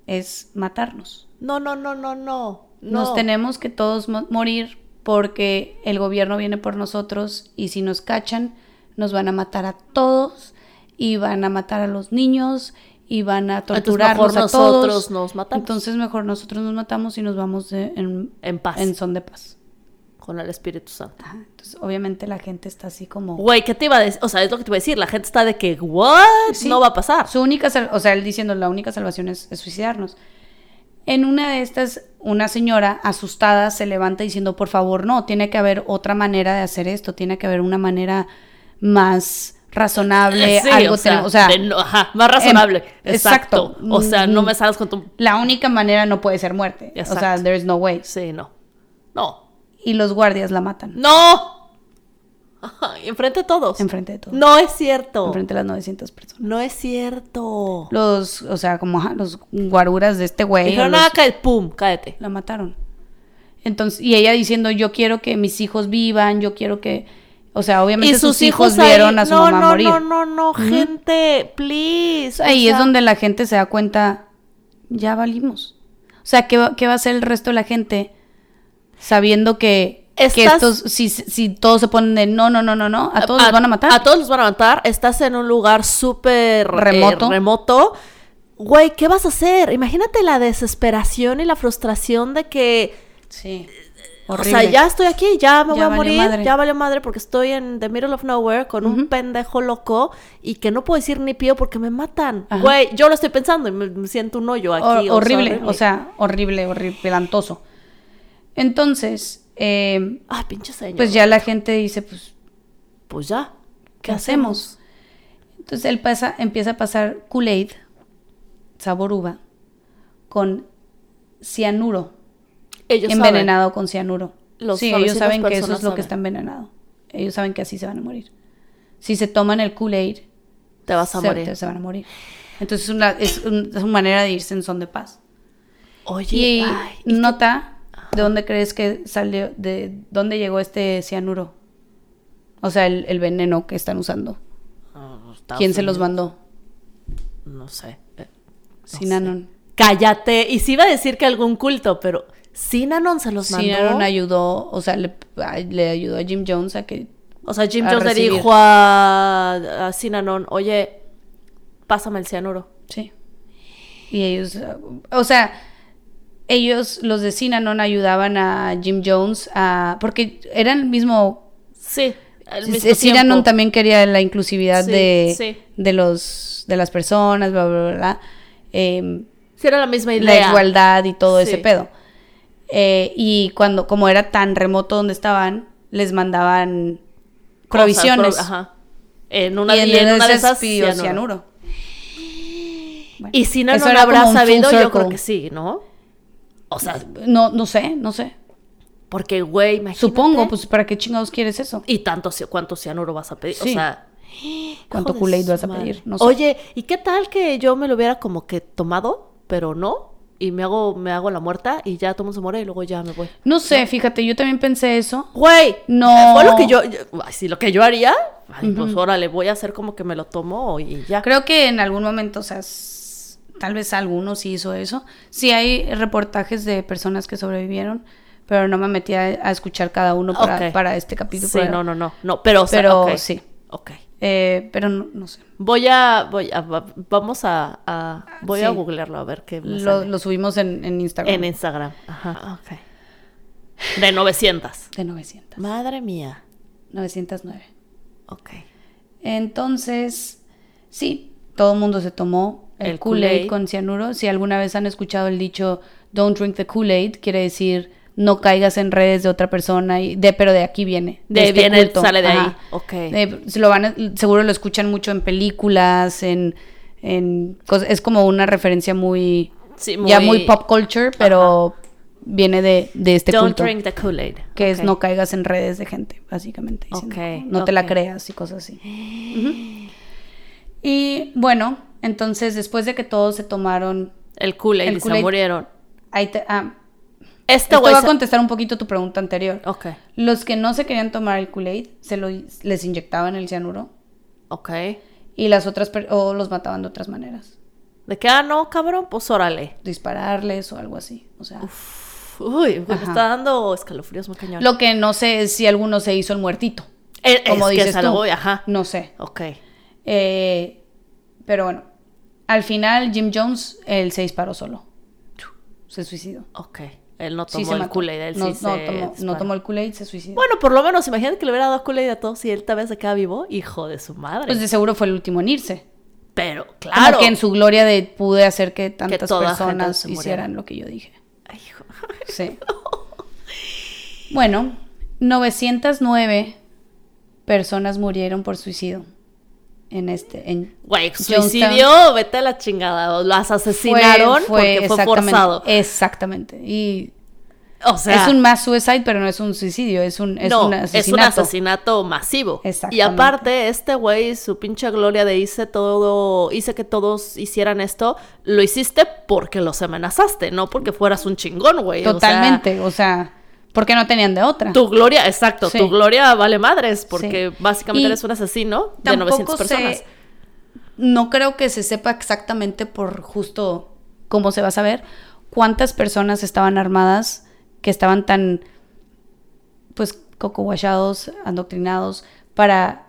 Speaker 2: es matarnos.
Speaker 1: No, no, no, no, no.
Speaker 2: Nos
Speaker 1: no.
Speaker 2: tenemos que todos mo- morir porque el gobierno viene por nosotros y si nos cachan, nos van a matar a todos y van a matar a los niños y van a
Speaker 1: Entonces,
Speaker 2: torturarnos
Speaker 1: mejor
Speaker 2: a todos.
Speaker 1: nosotros nos matamos.
Speaker 2: Entonces mejor nosotros nos matamos y nos vamos de- en,
Speaker 1: En paz.
Speaker 2: en son de paz.
Speaker 1: Con el Espíritu Santo.
Speaker 2: Ajá, Entonces obviamente la gente está así como...
Speaker 1: Güey, ¿qué te iba a decir? O sea, es lo que te iba a decir. La gente está de que, ¿what?
Speaker 2: Sí.
Speaker 1: No va a pasar.
Speaker 2: Su única, sal- o sea, él diciendo la única salvación es, es suicidarnos. En una de estas, una señora asustada se levanta diciendo, por favor, no, tiene que haber otra manera de hacer esto, tiene que haber una manera más razonable,
Speaker 1: Eh, Sí,
Speaker 2: algo
Speaker 1: o sea,
Speaker 2: tenem- o sea,
Speaker 1: de no- ajá, más razonable.
Speaker 2: em,
Speaker 1: exacto.
Speaker 2: exacto.
Speaker 1: O sea, no
Speaker 2: Mm.
Speaker 1: me salgas con tu...
Speaker 2: la única manera no puede ser muerte, o sea,
Speaker 1: Exacto.
Speaker 2: there is no way.
Speaker 1: Sí, no. No.
Speaker 2: Y los guardias la matan
Speaker 1: ¡No! Ajá, Enfrente de todos.
Speaker 2: enfrente de todos,
Speaker 1: No es cierto.
Speaker 2: enfrente de las 900 personas.
Speaker 1: No es cierto.
Speaker 2: Los, o sea, como ajá, los guaruras de este güey. o
Speaker 1: Dijeron,
Speaker 2: los-
Speaker 1: ah, cae, pum, cállate.
Speaker 2: la mataron. Entonces, y ella diciendo, yo quiero que mis hijos vivan, yo quiero que, o sea, obviamente sus, hijos,
Speaker 1: ahí-
Speaker 2: vieron a su
Speaker 1: no,
Speaker 2: mamá
Speaker 1: no,
Speaker 2: morir.
Speaker 1: No, no, no, gente, please.
Speaker 2: Ahí
Speaker 1: o
Speaker 2: es
Speaker 1: sea,
Speaker 2: donde la gente se da cuenta, ya valimos. O sea, ¿qué, va- qué va a hacer el resto de la gente sabiendo que, que
Speaker 1: Estás-
Speaker 2: estos, si, si todos se ponen de, no, no, no, no, no, a todos los van a matar?
Speaker 1: A todos los van a matar. Estás en un lugar súper eh,
Speaker 2: Remoto.
Speaker 1: remoto. Güey, ¿qué vas a hacer? Imagínate la desesperación y la frustración de que,
Speaker 2: Sí.
Speaker 1: eh, o sea, ya estoy aquí, ya me
Speaker 2: Ya
Speaker 1: voy a
Speaker 2: valió
Speaker 1: morir,
Speaker 2: madre.
Speaker 1: ya valió madre porque estoy en the middle of nowhere con un
Speaker 2: Ujú.
Speaker 1: pendejo loco y que no puedo decir ni pío porque me matan.
Speaker 2: Ajá.
Speaker 1: Güey, yo lo estoy pensando y me, me siento un hoyo aquí. o
Speaker 2: Hor-
Speaker 1: sea,
Speaker 2: horrible, o sea, horrible, horrible, pelantoso. Entonces, eh,
Speaker 1: Ay, pinche señor.
Speaker 2: pues ya la gente dice, pues,
Speaker 1: Pues ya.
Speaker 2: ¿qué hacemos? Entonces él pasa, empieza a pasar Kool-Aid, sabor uva, con cianuro.
Speaker 1: Ellos saben.
Speaker 2: envenenado con cianuro.
Speaker 1: Los
Speaker 2: sí,
Speaker 1: saben,
Speaker 2: ellos
Speaker 1: sí, las
Speaker 2: saben que eso
Speaker 1: personas
Speaker 2: es lo que
Speaker 1: saben.
Speaker 2: está envenenado. Ellos saben que así se van a morir. Si se toman el Kool-Aid,
Speaker 1: Te vas a
Speaker 2: se,
Speaker 1: morir.
Speaker 2: te- se van a morir. Entonces es una, es un- es una manera de irse en son de paz.
Speaker 1: Oye,
Speaker 2: Y
Speaker 1: ay,
Speaker 2: nota, ¿de dónde crees que salió, de dónde llegó este cianuro? O sea, el, el veneno que están usando.
Speaker 1: no, Estados
Speaker 2: ¿Quién se los
Speaker 1: Unidos,
Speaker 2: mandó?
Speaker 1: No sé. Eh,
Speaker 2: Sinanon.
Speaker 1: Cállate. Y sí iba a decir que algún culto, pero Sinanon se los mandó.
Speaker 2: Sinanon ayudó, o sea, le, a- le ayudó a Jim Jones a que...
Speaker 1: O sea, Jim
Speaker 2: a
Speaker 1: Jones le
Speaker 2: recibir.
Speaker 1: dijo a, a Sinanon, oye, pásame el cianuro.
Speaker 2: Sí. Y ellos, o sea, ellos, los de Sinanon, ayudaban a Jim Jones a... Porque eran el mismo
Speaker 1: Sí. al
Speaker 2: Sí,
Speaker 1: mismo
Speaker 2: sí, Cyrano
Speaker 1: tiempo.
Speaker 2: también quería la inclusividad
Speaker 1: Sí,
Speaker 2: de,
Speaker 1: sí.
Speaker 2: de los de las personas, bla bla bla, bla. Eh,
Speaker 1: Sí, era la misma
Speaker 2: la
Speaker 1: idea.
Speaker 2: igualdad y todo ese
Speaker 1: Sí.
Speaker 2: pedo. Eh, y cuando, como era tan remoto donde estaban, les mandaban
Speaker 1: Cosas,
Speaker 2: provisiones.
Speaker 1: pro- ajá. En una,
Speaker 2: y
Speaker 1: y
Speaker 2: en,
Speaker 1: en una de
Speaker 2: esas
Speaker 1: esas
Speaker 2: pidió
Speaker 1: cianuro.
Speaker 2: cianuro. Bueno,
Speaker 1: Y si no,
Speaker 2: eso
Speaker 1: no lo
Speaker 2: era como
Speaker 1: habrá
Speaker 2: un full
Speaker 1: sabido, yo
Speaker 2: circle.
Speaker 1: creo que sí, ¿no? O sea,
Speaker 2: No, no sé, no sé.
Speaker 1: porque, güey, imagínate.
Speaker 2: Supongo, pues, ¿para qué chingados quieres eso?
Speaker 1: Y tanto, ci- ¿cuánto cianuro vas a pedir?
Speaker 2: Sí.
Speaker 1: O sea...
Speaker 2: ¿Cuánto
Speaker 1: hijo de
Speaker 2: Kool-Aid
Speaker 1: su
Speaker 2: vas a
Speaker 1: madre.
Speaker 2: pedir? No sé.
Speaker 1: Oye, ¿y qué tal que yo me lo hubiera como que tomado, pero no? Y me hago, me hago la muerta y ya tomo su muere y luego ya me voy.
Speaker 2: No sé, fíjate, yo también pensé eso.
Speaker 1: Güey,
Speaker 2: No.
Speaker 1: Fue lo que yo, yo- ay, sí, lo que yo haría, ay, pues órale, voy a hacer como que me lo tomo y ya.
Speaker 2: Creo que en algún momento, o sea, s- tal vez alguno sí hizo eso. Sí hay reportajes de personas que sobrevivieron, pero no me metí a, a escuchar cada uno para,
Speaker 1: Ok.
Speaker 2: para este capítulo.
Speaker 1: Sí,
Speaker 2: pero-
Speaker 1: no, no, no, no, pero, o sea,
Speaker 2: Pero
Speaker 1: ok,
Speaker 2: sí.
Speaker 1: Ok.
Speaker 2: Eh, pero no, no sé.
Speaker 1: Voy a, voy a, va- vamos a, a- voy a
Speaker 2: sí.
Speaker 1: googlearlo a ver qué me
Speaker 2: Lo,
Speaker 1: sale.
Speaker 2: lo subimos en, en Instagram.
Speaker 1: en Instagram. Ajá. Ok. De 900.
Speaker 2: De 900.
Speaker 1: Madre mía.
Speaker 2: 909.
Speaker 1: Ok.
Speaker 2: Entonces, sí, todo el mundo se tomó el,
Speaker 1: El
Speaker 2: Kool-Aid
Speaker 1: Kool-Aid.
Speaker 2: con cianuro. Si alguna vez han escuchado el dicho don't drink the Kool-Aid, quiere decir no caigas en redes de otra persona, y de, pero de aquí viene.
Speaker 1: De viene,
Speaker 2: culto".
Speaker 1: sale de ahí.
Speaker 2: Ajá.
Speaker 1: Ok.
Speaker 2: De- se lo van a- seguro lo escuchan mucho en películas, en, en cos- es como una referencia muy,
Speaker 1: Sí,
Speaker 2: ya muy pop culture, pero viene de, de este
Speaker 1: Don't
Speaker 2: culto.
Speaker 1: drink the Kool-Aid.
Speaker 2: que es
Speaker 1: Ok.
Speaker 2: no caigas en redes de gente, básicamente. diciendo,
Speaker 1: Ok,
Speaker 2: no te la
Speaker 1: ok.
Speaker 2: creas y
Speaker 1: <gasps>
Speaker 2: cosas así. Ujú. Y bueno, entonces después de que todos se tomaron...
Speaker 1: El Kool-Aid
Speaker 2: El
Speaker 1: y
Speaker 2: Kool-Aid.
Speaker 1: se murieron.
Speaker 2: Ahí te, ah,
Speaker 1: Este
Speaker 2: esto
Speaker 1: güey.
Speaker 2: va a
Speaker 1: se-
Speaker 2: contestar un poquito tu pregunta anterior.
Speaker 1: Ok.
Speaker 2: Los que no se querían tomar el Kool-Aid, se lo, les inyectaban el cianuro
Speaker 1: Ok.
Speaker 2: y las otras... per- o los mataban de otras maneras.
Speaker 1: De que, ah, no, cabrón, pues órale.
Speaker 2: Dispararles o algo así. O sea,
Speaker 1: Uy, güey, me
Speaker 2: Ajá.
Speaker 1: está dando escalofríos muy cañón.
Speaker 2: lo que no sé es si alguno se hizo el muertito.
Speaker 1: Eh,
Speaker 2: Como
Speaker 1: es que es
Speaker 2: dices
Speaker 1: algo,
Speaker 2: tú.
Speaker 1: ajá.
Speaker 2: No sé.
Speaker 1: Ok.
Speaker 2: Eh, pero bueno, al final Jim Jones, él se disparó solo. Se suicidó.
Speaker 1: Ok. Él no
Speaker 2: Sí
Speaker 1: tomó
Speaker 2: se
Speaker 1: el
Speaker 2: mató.
Speaker 1: Kool-Aid. Él
Speaker 2: no,
Speaker 1: sí
Speaker 2: no
Speaker 1: se
Speaker 2: tomó, no
Speaker 1: disparó.
Speaker 2: tomó el Kool-Aid, se suicidó.
Speaker 1: Bueno, por lo menos, imagínate que le hubiera dado Kool-Aid a todos y él tal vez se queda vivo. Hijo de su madre.
Speaker 2: pues de seguro fue el último en irse.
Speaker 1: Pero,
Speaker 2: Claro.
Speaker 1: claro.
Speaker 2: que en su gloria de pude hacer que tantas
Speaker 1: toda gente
Speaker 2: personas
Speaker 1: se muriera.
Speaker 2: hicieran lo que yo dije.
Speaker 1: Ay, hijo. <laughs>
Speaker 2: Sí. Bueno, 909 personas murieron por suicidio en este en
Speaker 1: Güey,
Speaker 2: Jonestown.
Speaker 1: suicidio, vete a la chingada. o Las asesinaron porque fue
Speaker 2: exactamente-
Speaker 1: forzado.
Speaker 2: Exactamente. Y
Speaker 1: O sea,
Speaker 2: es un mass suicide, pero no es un suicidio, es un, es
Speaker 1: no,
Speaker 2: un
Speaker 1: es un
Speaker 2: asesinato.
Speaker 1: asesinato masivo. Y
Speaker 2: Exactamente.
Speaker 1: aparte, este güey, su pinche gloria de hice todo, hice que todos hicieran esto, lo hiciste porque los amenazaste, no porque fueras un chingón, güey. O sea,
Speaker 2: Totalmente, o sea, porque no tenían de otra.
Speaker 1: tu gloria, exacto,
Speaker 2: Sí.
Speaker 1: tu gloria vale madres, porque
Speaker 2: Sí.
Speaker 1: básicamente
Speaker 2: Y
Speaker 1: eres un asesino de
Speaker 2: Tampoco
Speaker 1: 900
Speaker 2: sé-
Speaker 1: personas.
Speaker 2: no creo que se sepa exactamente por justo cómo se va a saber cuántas personas estaban armadas que estaban tan pues cocoguachados, adoctrinados para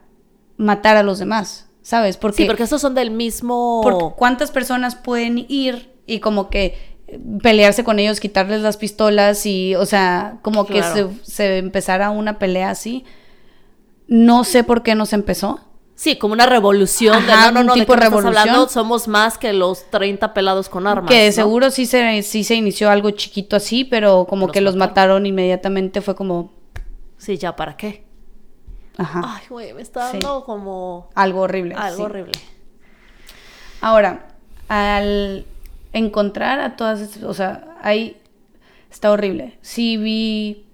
Speaker 2: matar a los demás, ¿sabes?
Speaker 1: Sí, porque esos son del mismo.
Speaker 2: por cuántas personas pueden ir y como que eh, pelearse con ellos, quitarles las pistolas y, o sea, como que se,
Speaker 1: Claro.
Speaker 2: se empezara una pelea así. No sé por qué no se empezó.
Speaker 1: Sí, como una revolución.
Speaker 2: Ajá,
Speaker 1: de, no, no,
Speaker 2: un
Speaker 1: no, ¿de
Speaker 2: tipo
Speaker 1: qué me estás
Speaker 2: revolución.
Speaker 1: hablando? Somos más que los 30 pelados con armas.
Speaker 2: que de
Speaker 1: ¿no?
Speaker 2: seguro sí se, sí se inició algo chiquito así, pero como
Speaker 1: Los
Speaker 2: que los
Speaker 1: mataron.
Speaker 2: mataron inmediatamente. Fue como,
Speaker 1: Sí, ya, ¿para qué?
Speaker 2: ajá,
Speaker 1: Ay, güey, me está
Speaker 2: Ah. Sí.
Speaker 1: dando como
Speaker 2: algo horrible.
Speaker 1: algo
Speaker 2: sí.
Speaker 1: horrible.
Speaker 2: Ahora, al encontrar a todas, estas- o sea, hay Está horrible. Sí vi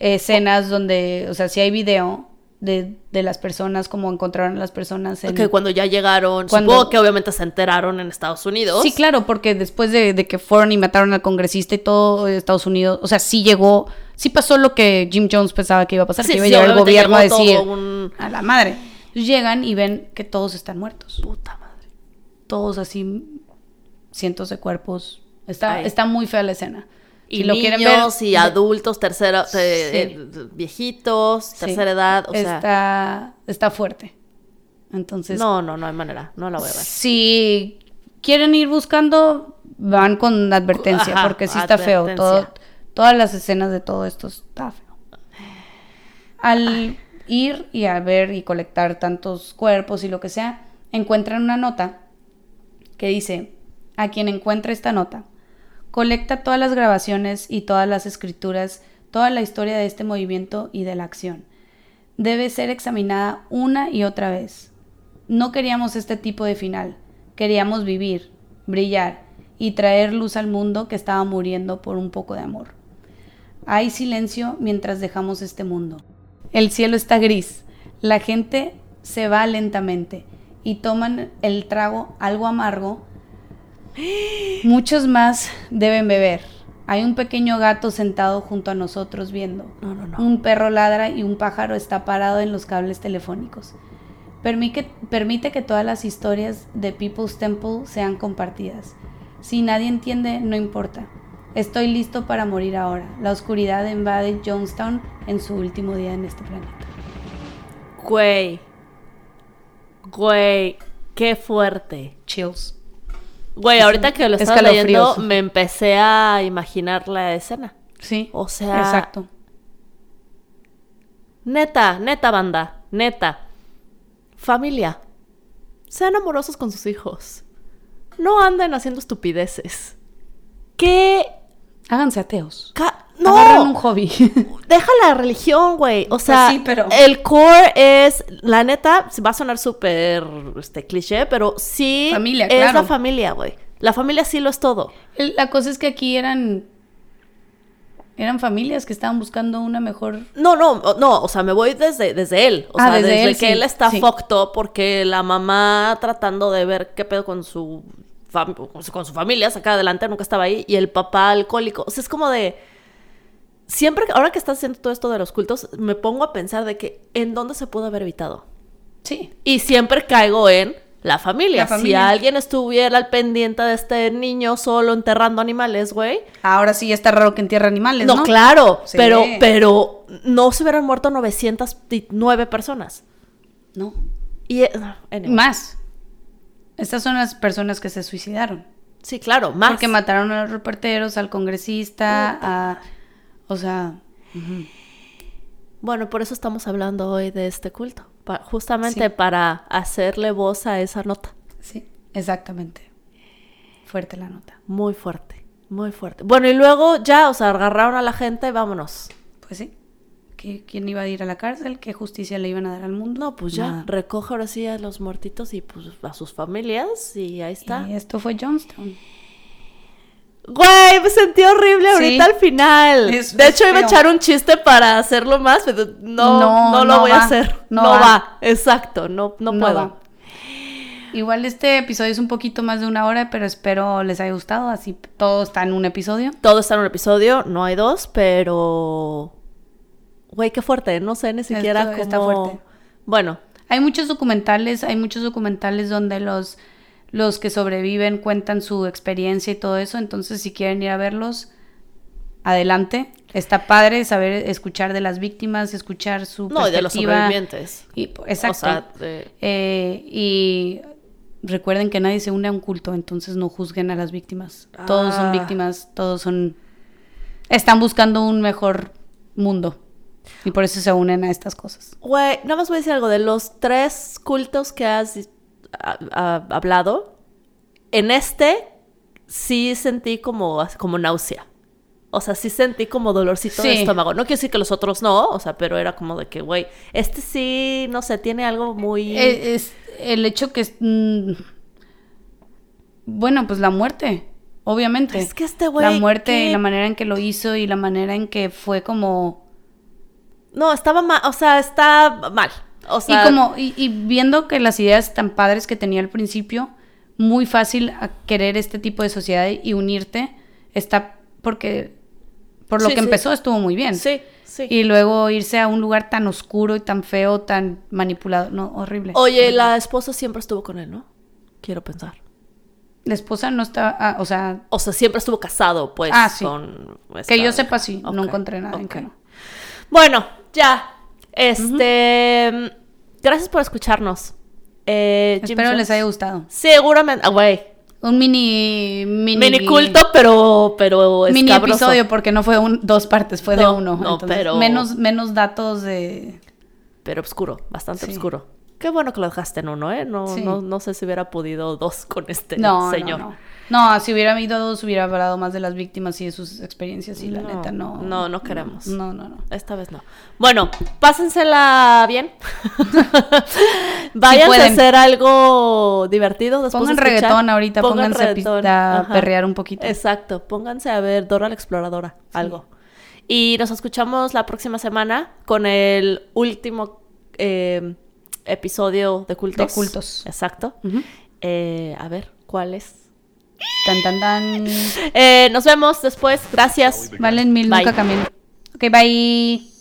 Speaker 2: escenas donde, o sea, sí hay video de, de las personas, como encontraron a las personas en...
Speaker 1: Que cuando ya llegaron,
Speaker 2: Cuando-
Speaker 1: supongo que obviamente se enteraron en Estados Unidos.
Speaker 2: Sí, claro, porque después de, de que fueron y mataron al congresista y todo eh, Estados Unidos, o sea, sí llegó, sí pasó lo que Jim Jones pensaba que iba a pasar,
Speaker 1: Sí,
Speaker 2: que iba a
Speaker 1: sí,
Speaker 2: llegar el
Speaker 1: obviamente
Speaker 2: gobierno a
Speaker 1: llegó todo
Speaker 2: decir
Speaker 1: un-
Speaker 2: a la madre. Llegan y ven que todos están muertos,
Speaker 1: Puta madre.
Speaker 2: todos así, cientos de cuerpos. Está,
Speaker 1: Ay.
Speaker 2: está muy fea la escena.
Speaker 1: Y
Speaker 2: Si
Speaker 1: niños y
Speaker 2: ve-
Speaker 1: adultos, tercera, eh,
Speaker 2: Sí.
Speaker 1: eh, viejitos,
Speaker 2: sí,
Speaker 1: tercera edad, o sea,
Speaker 2: está, está fuerte. Entonces,
Speaker 1: no, no, no hay manera, no la voy a ver.
Speaker 2: Si quieren ir buscando, van con advertencia,
Speaker 1: Ajá,
Speaker 2: porque sí está feo. Todo-
Speaker 1: advertencia.
Speaker 2: todas las escenas de todo esto está feo. Al ir y a ver y colectar tantos cuerpos y lo que sea, encuentran una nota que dice, a quien encuentre esta nota, colecta todas las grabaciones y todas las escrituras, toda la historia de este movimiento y de la acción. Debe ser examinada una y otra vez. No queríamos este tipo de final. Queríamos vivir, brillar y traer luz al mundo que estaba muriendo por un poco de amor. Hay silencio mientras dejamos este mundo. El cielo está gris. La gente se va lentamente y toman el trago algo amargo. Muchos más deben beber. Hay un pequeño gato sentado junto a nosotros viendo.
Speaker 1: No, no, no.
Speaker 2: Un perro ladra y un pájaro está parado en los cables telefónicos. Permite, permite que todas las historias de People's Temple sean compartidas. Si nadie entiende, no importa. Estoy listo para morir ahora. La oscuridad invade Jonestown en su último día en este planeta.
Speaker 1: Güey. Güey, qué fuerte.
Speaker 2: Chills.
Speaker 1: Güey, ahorita que lo estaba leyendo,
Speaker 2: escalofríos.
Speaker 1: me empecé a imaginar la escena.
Speaker 2: Sí.
Speaker 1: O sea-
Speaker 2: Exacto.
Speaker 1: Neta, neta, banda, neta. Familia, sean amorosos con sus hijos. No anden haciendo estupideces. ¿Qué?
Speaker 2: Háganse ateos.
Speaker 1: ca-
Speaker 2: Agarren un
Speaker 1: ¡No!
Speaker 2: hobby.
Speaker 1: Deja la religión, güey. O sea,
Speaker 2: sí, pero-
Speaker 1: el core es, la neta, va a sonar súper este, cliché, pero sí
Speaker 2: Familia,
Speaker 1: es
Speaker 2: claro.
Speaker 1: la familia, güey. La familia sí lo es todo.
Speaker 2: <laughs> El- La cosa es que aquí eran eran familias que estaban buscando una mejor
Speaker 1: No, no, o- no, o sea, me voy desde, desde él. O
Speaker 2: Ah,
Speaker 1: sea,
Speaker 2: desde
Speaker 1: desde,
Speaker 2: él,
Speaker 1: que
Speaker 2: sí,
Speaker 1: él está
Speaker 2: sí.
Speaker 1: fucked up porque la mamá tratando de ver qué pedo con su, fam- con su- con su familia, sacar adelante, nunca estaba ahí, y el papá alcohólico. O sea, es como de. Siempre, que- ahora que estás haciendo todo esto de los cultos, me pongo a pensar de que en dónde se pudo haber evitado.
Speaker 2: sí
Speaker 1: Y siempre caigo en la familia.
Speaker 2: La familia.
Speaker 1: Si alguien estuviera al pendiente de este niño solo enterrando animales, güey,
Speaker 2: ahora sí ya está raro que entierra animales
Speaker 1: no, claro,
Speaker 2: Sí.
Speaker 1: pero, pero no se hubieran muerto 909 personas.
Speaker 2: no
Speaker 1: Y, eh, anyway.
Speaker 2: más estas son las personas que se suicidaron
Speaker 1: Sí, claro, más.
Speaker 2: porque mataron a los reporteros al congresista a o sea
Speaker 1: bueno, por eso estamos hablando hoy de este culto. pa- justamente
Speaker 2: Sí.
Speaker 1: para hacerle voz a esa nota.
Speaker 2: sí exactamente fuerte la nota
Speaker 1: Muy fuerte, muy fuerte. Bueno, y luego ya, o sea, agarraron a la gente, vámonos.
Speaker 2: pues sí ¿Qué- quién iba a ir a la cárcel qué justicia le iban a dar al mundo
Speaker 1: No, pues ya,
Speaker 2: Nada.
Speaker 1: recoge ahora sí a los muertitos y pues a sus familias y ahí está.
Speaker 2: y esto fue Johnstown
Speaker 1: Güey, me sentí horrible
Speaker 2: Sí.
Speaker 1: ahorita al final.
Speaker 2: Es-
Speaker 1: de
Speaker 2: es
Speaker 1: hecho, iba a
Speaker 2: feo.
Speaker 1: echar un chiste para hacerlo más, pero no,
Speaker 2: No,
Speaker 1: no, lo
Speaker 2: no
Speaker 1: voy
Speaker 2: va,
Speaker 1: a hacer.
Speaker 2: no
Speaker 1: No,
Speaker 2: va.
Speaker 1: va. exacto, no, no, puedo.
Speaker 2: va. Igual este episodio es un poquito más de una hora, pero espero les haya gustado. Así todo está en un episodio.
Speaker 1: Todo está en un episodio, no hay dos, pero. Güey, qué fuerte, no sé ni siquiera
Speaker 2: Esto
Speaker 1: cómo.
Speaker 2: está fuerte.
Speaker 1: Bueno,
Speaker 2: Hay muchos documentales, hay muchos documentales donde los, los que sobreviven cuentan su experiencia y todo eso. Entonces, si quieren ir a verlos, adelante. Está padre saber escuchar de las víctimas, escuchar su
Speaker 1: no, y de los
Speaker 2: perspectiva.
Speaker 1: sobrevivientes.
Speaker 2: Y, exacto.
Speaker 1: O sea, de-
Speaker 2: Eh, y recuerden que nadie se une a un culto, entonces no juzguen a las víctimas. Todos son
Speaker 1: Ah.
Speaker 2: víctimas, todos son... Están buscando un mejor mundo. Y por eso se unen a estas cosas.
Speaker 1: Güey, nada más voy a decir algo. De los tres cultos que has ah, ah, hablado, en este sí sentí como, como náusea. O sea, sí sentí como dolorcito de
Speaker 2: Sí.
Speaker 1: estómago. No quiero decir que los otros no, o sea, pero era como de que, güey, este sí, no sé, tiene algo muy...
Speaker 2: Eh, es el hecho que... es- mm, bueno, pues la muerte. obviamente.
Speaker 1: Es que este güey,
Speaker 2: La muerte
Speaker 1: ¿qué?
Speaker 2: y la manera en que lo hizo y la manera en que fue como...
Speaker 1: No, estaba mal, o sea, está mal. O sea,
Speaker 2: y como, y, y viendo que las ideas tan padres que tenía al principio, muy fácil a querer este tipo de sociedad y unirte, está porque por lo
Speaker 1: Sí,
Speaker 2: que
Speaker 1: sí.
Speaker 2: empezó estuvo muy bien.
Speaker 1: Sí, sí.
Speaker 2: Y luego irse a un lugar tan oscuro y tan feo, tan manipulado, no, horrible.
Speaker 1: Oye, la esposa siempre estuvo con él, ¿no? Quiero pensar.
Speaker 2: La esposa no está, ah, o sea,
Speaker 1: O sea, siempre estuvo casado, pues.
Speaker 2: Ah, sí.
Speaker 1: Con esta-
Speaker 2: que yo sepa sí, no
Speaker 1: Ok,
Speaker 2: encontré nada en
Speaker 1: ok.
Speaker 2: que no.
Speaker 1: Bueno, ya. Este. Gracias por escucharnos. Eh, Jim
Speaker 2: Espero
Speaker 1: Jones.
Speaker 2: les haya gustado.
Speaker 1: Seguramente. ah, güey.
Speaker 2: Un mini, mini,
Speaker 1: Mini culto, pero. pero es
Speaker 2: mini
Speaker 1: cabroso.
Speaker 2: episodio porque no fue un, dos partes, fue de
Speaker 1: No,
Speaker 2: uno.
Speaker 1: no,
Speaker 2: entonces,
Speaker 1: pero-
Speaker 2: menos, menos datos de
Speaker 1: Pero oscuro, bastante
Speaker 2: Sí.
Speaker 1: oscuro. Qué bueno que lo dejaste en uno, ¿eh? No,
Speaker 2: Sí.
Speaker 1: no, no sé si hubiera podido dos con este
Speaker 2: no,
Speaker 1: señor.
Speaker 2: No, no. No, si hubiera habido dos, hubiera hablado más de las víctimas y de sus experiencias y la
Speaker 1: No,
Speaker 2: neta no.
Speaker 1: no, no queremos.
Speaker 2: No, no, no.
Speaker 1: Esta vez no. Bueno, pásensela
Speaker 2: <laughs>
Speaker 1: bien. Vayan a
Speaker 2: pueden.
Speaker 1: hacer algo divertido. Después
Speaker 2: Pongan
Speaker 1: de escuchar.
Speaker 2: reggaetón ahorita,
Speaker 1: Pongan
Speaker 2: pónganse a
Speaker 1: reggaetón,
Speaker 2: pista-
Speaker 1: ajá.
Speaker 2: perrear un poquito.
Speaker 1: Exacto, pónganse a ver Dora la Exploradora, algo. Y nos escuchamos la próxima semana con el último eh, episodio de Cultos.
Speaker 2: De Cultos.
Speaker 1: Exacto.
Speaker 2: Ujú.
Speaker 1: Eh, a ver, ¿cuál es?
Speaker 2: Tan, tan, tan.
Speaker 1: Eh, nos vemos después. Gracias.
Speaker 2: Valen mil,
Speaker 1: Bye.
Speaker 2: nunca camino. Ok, bye.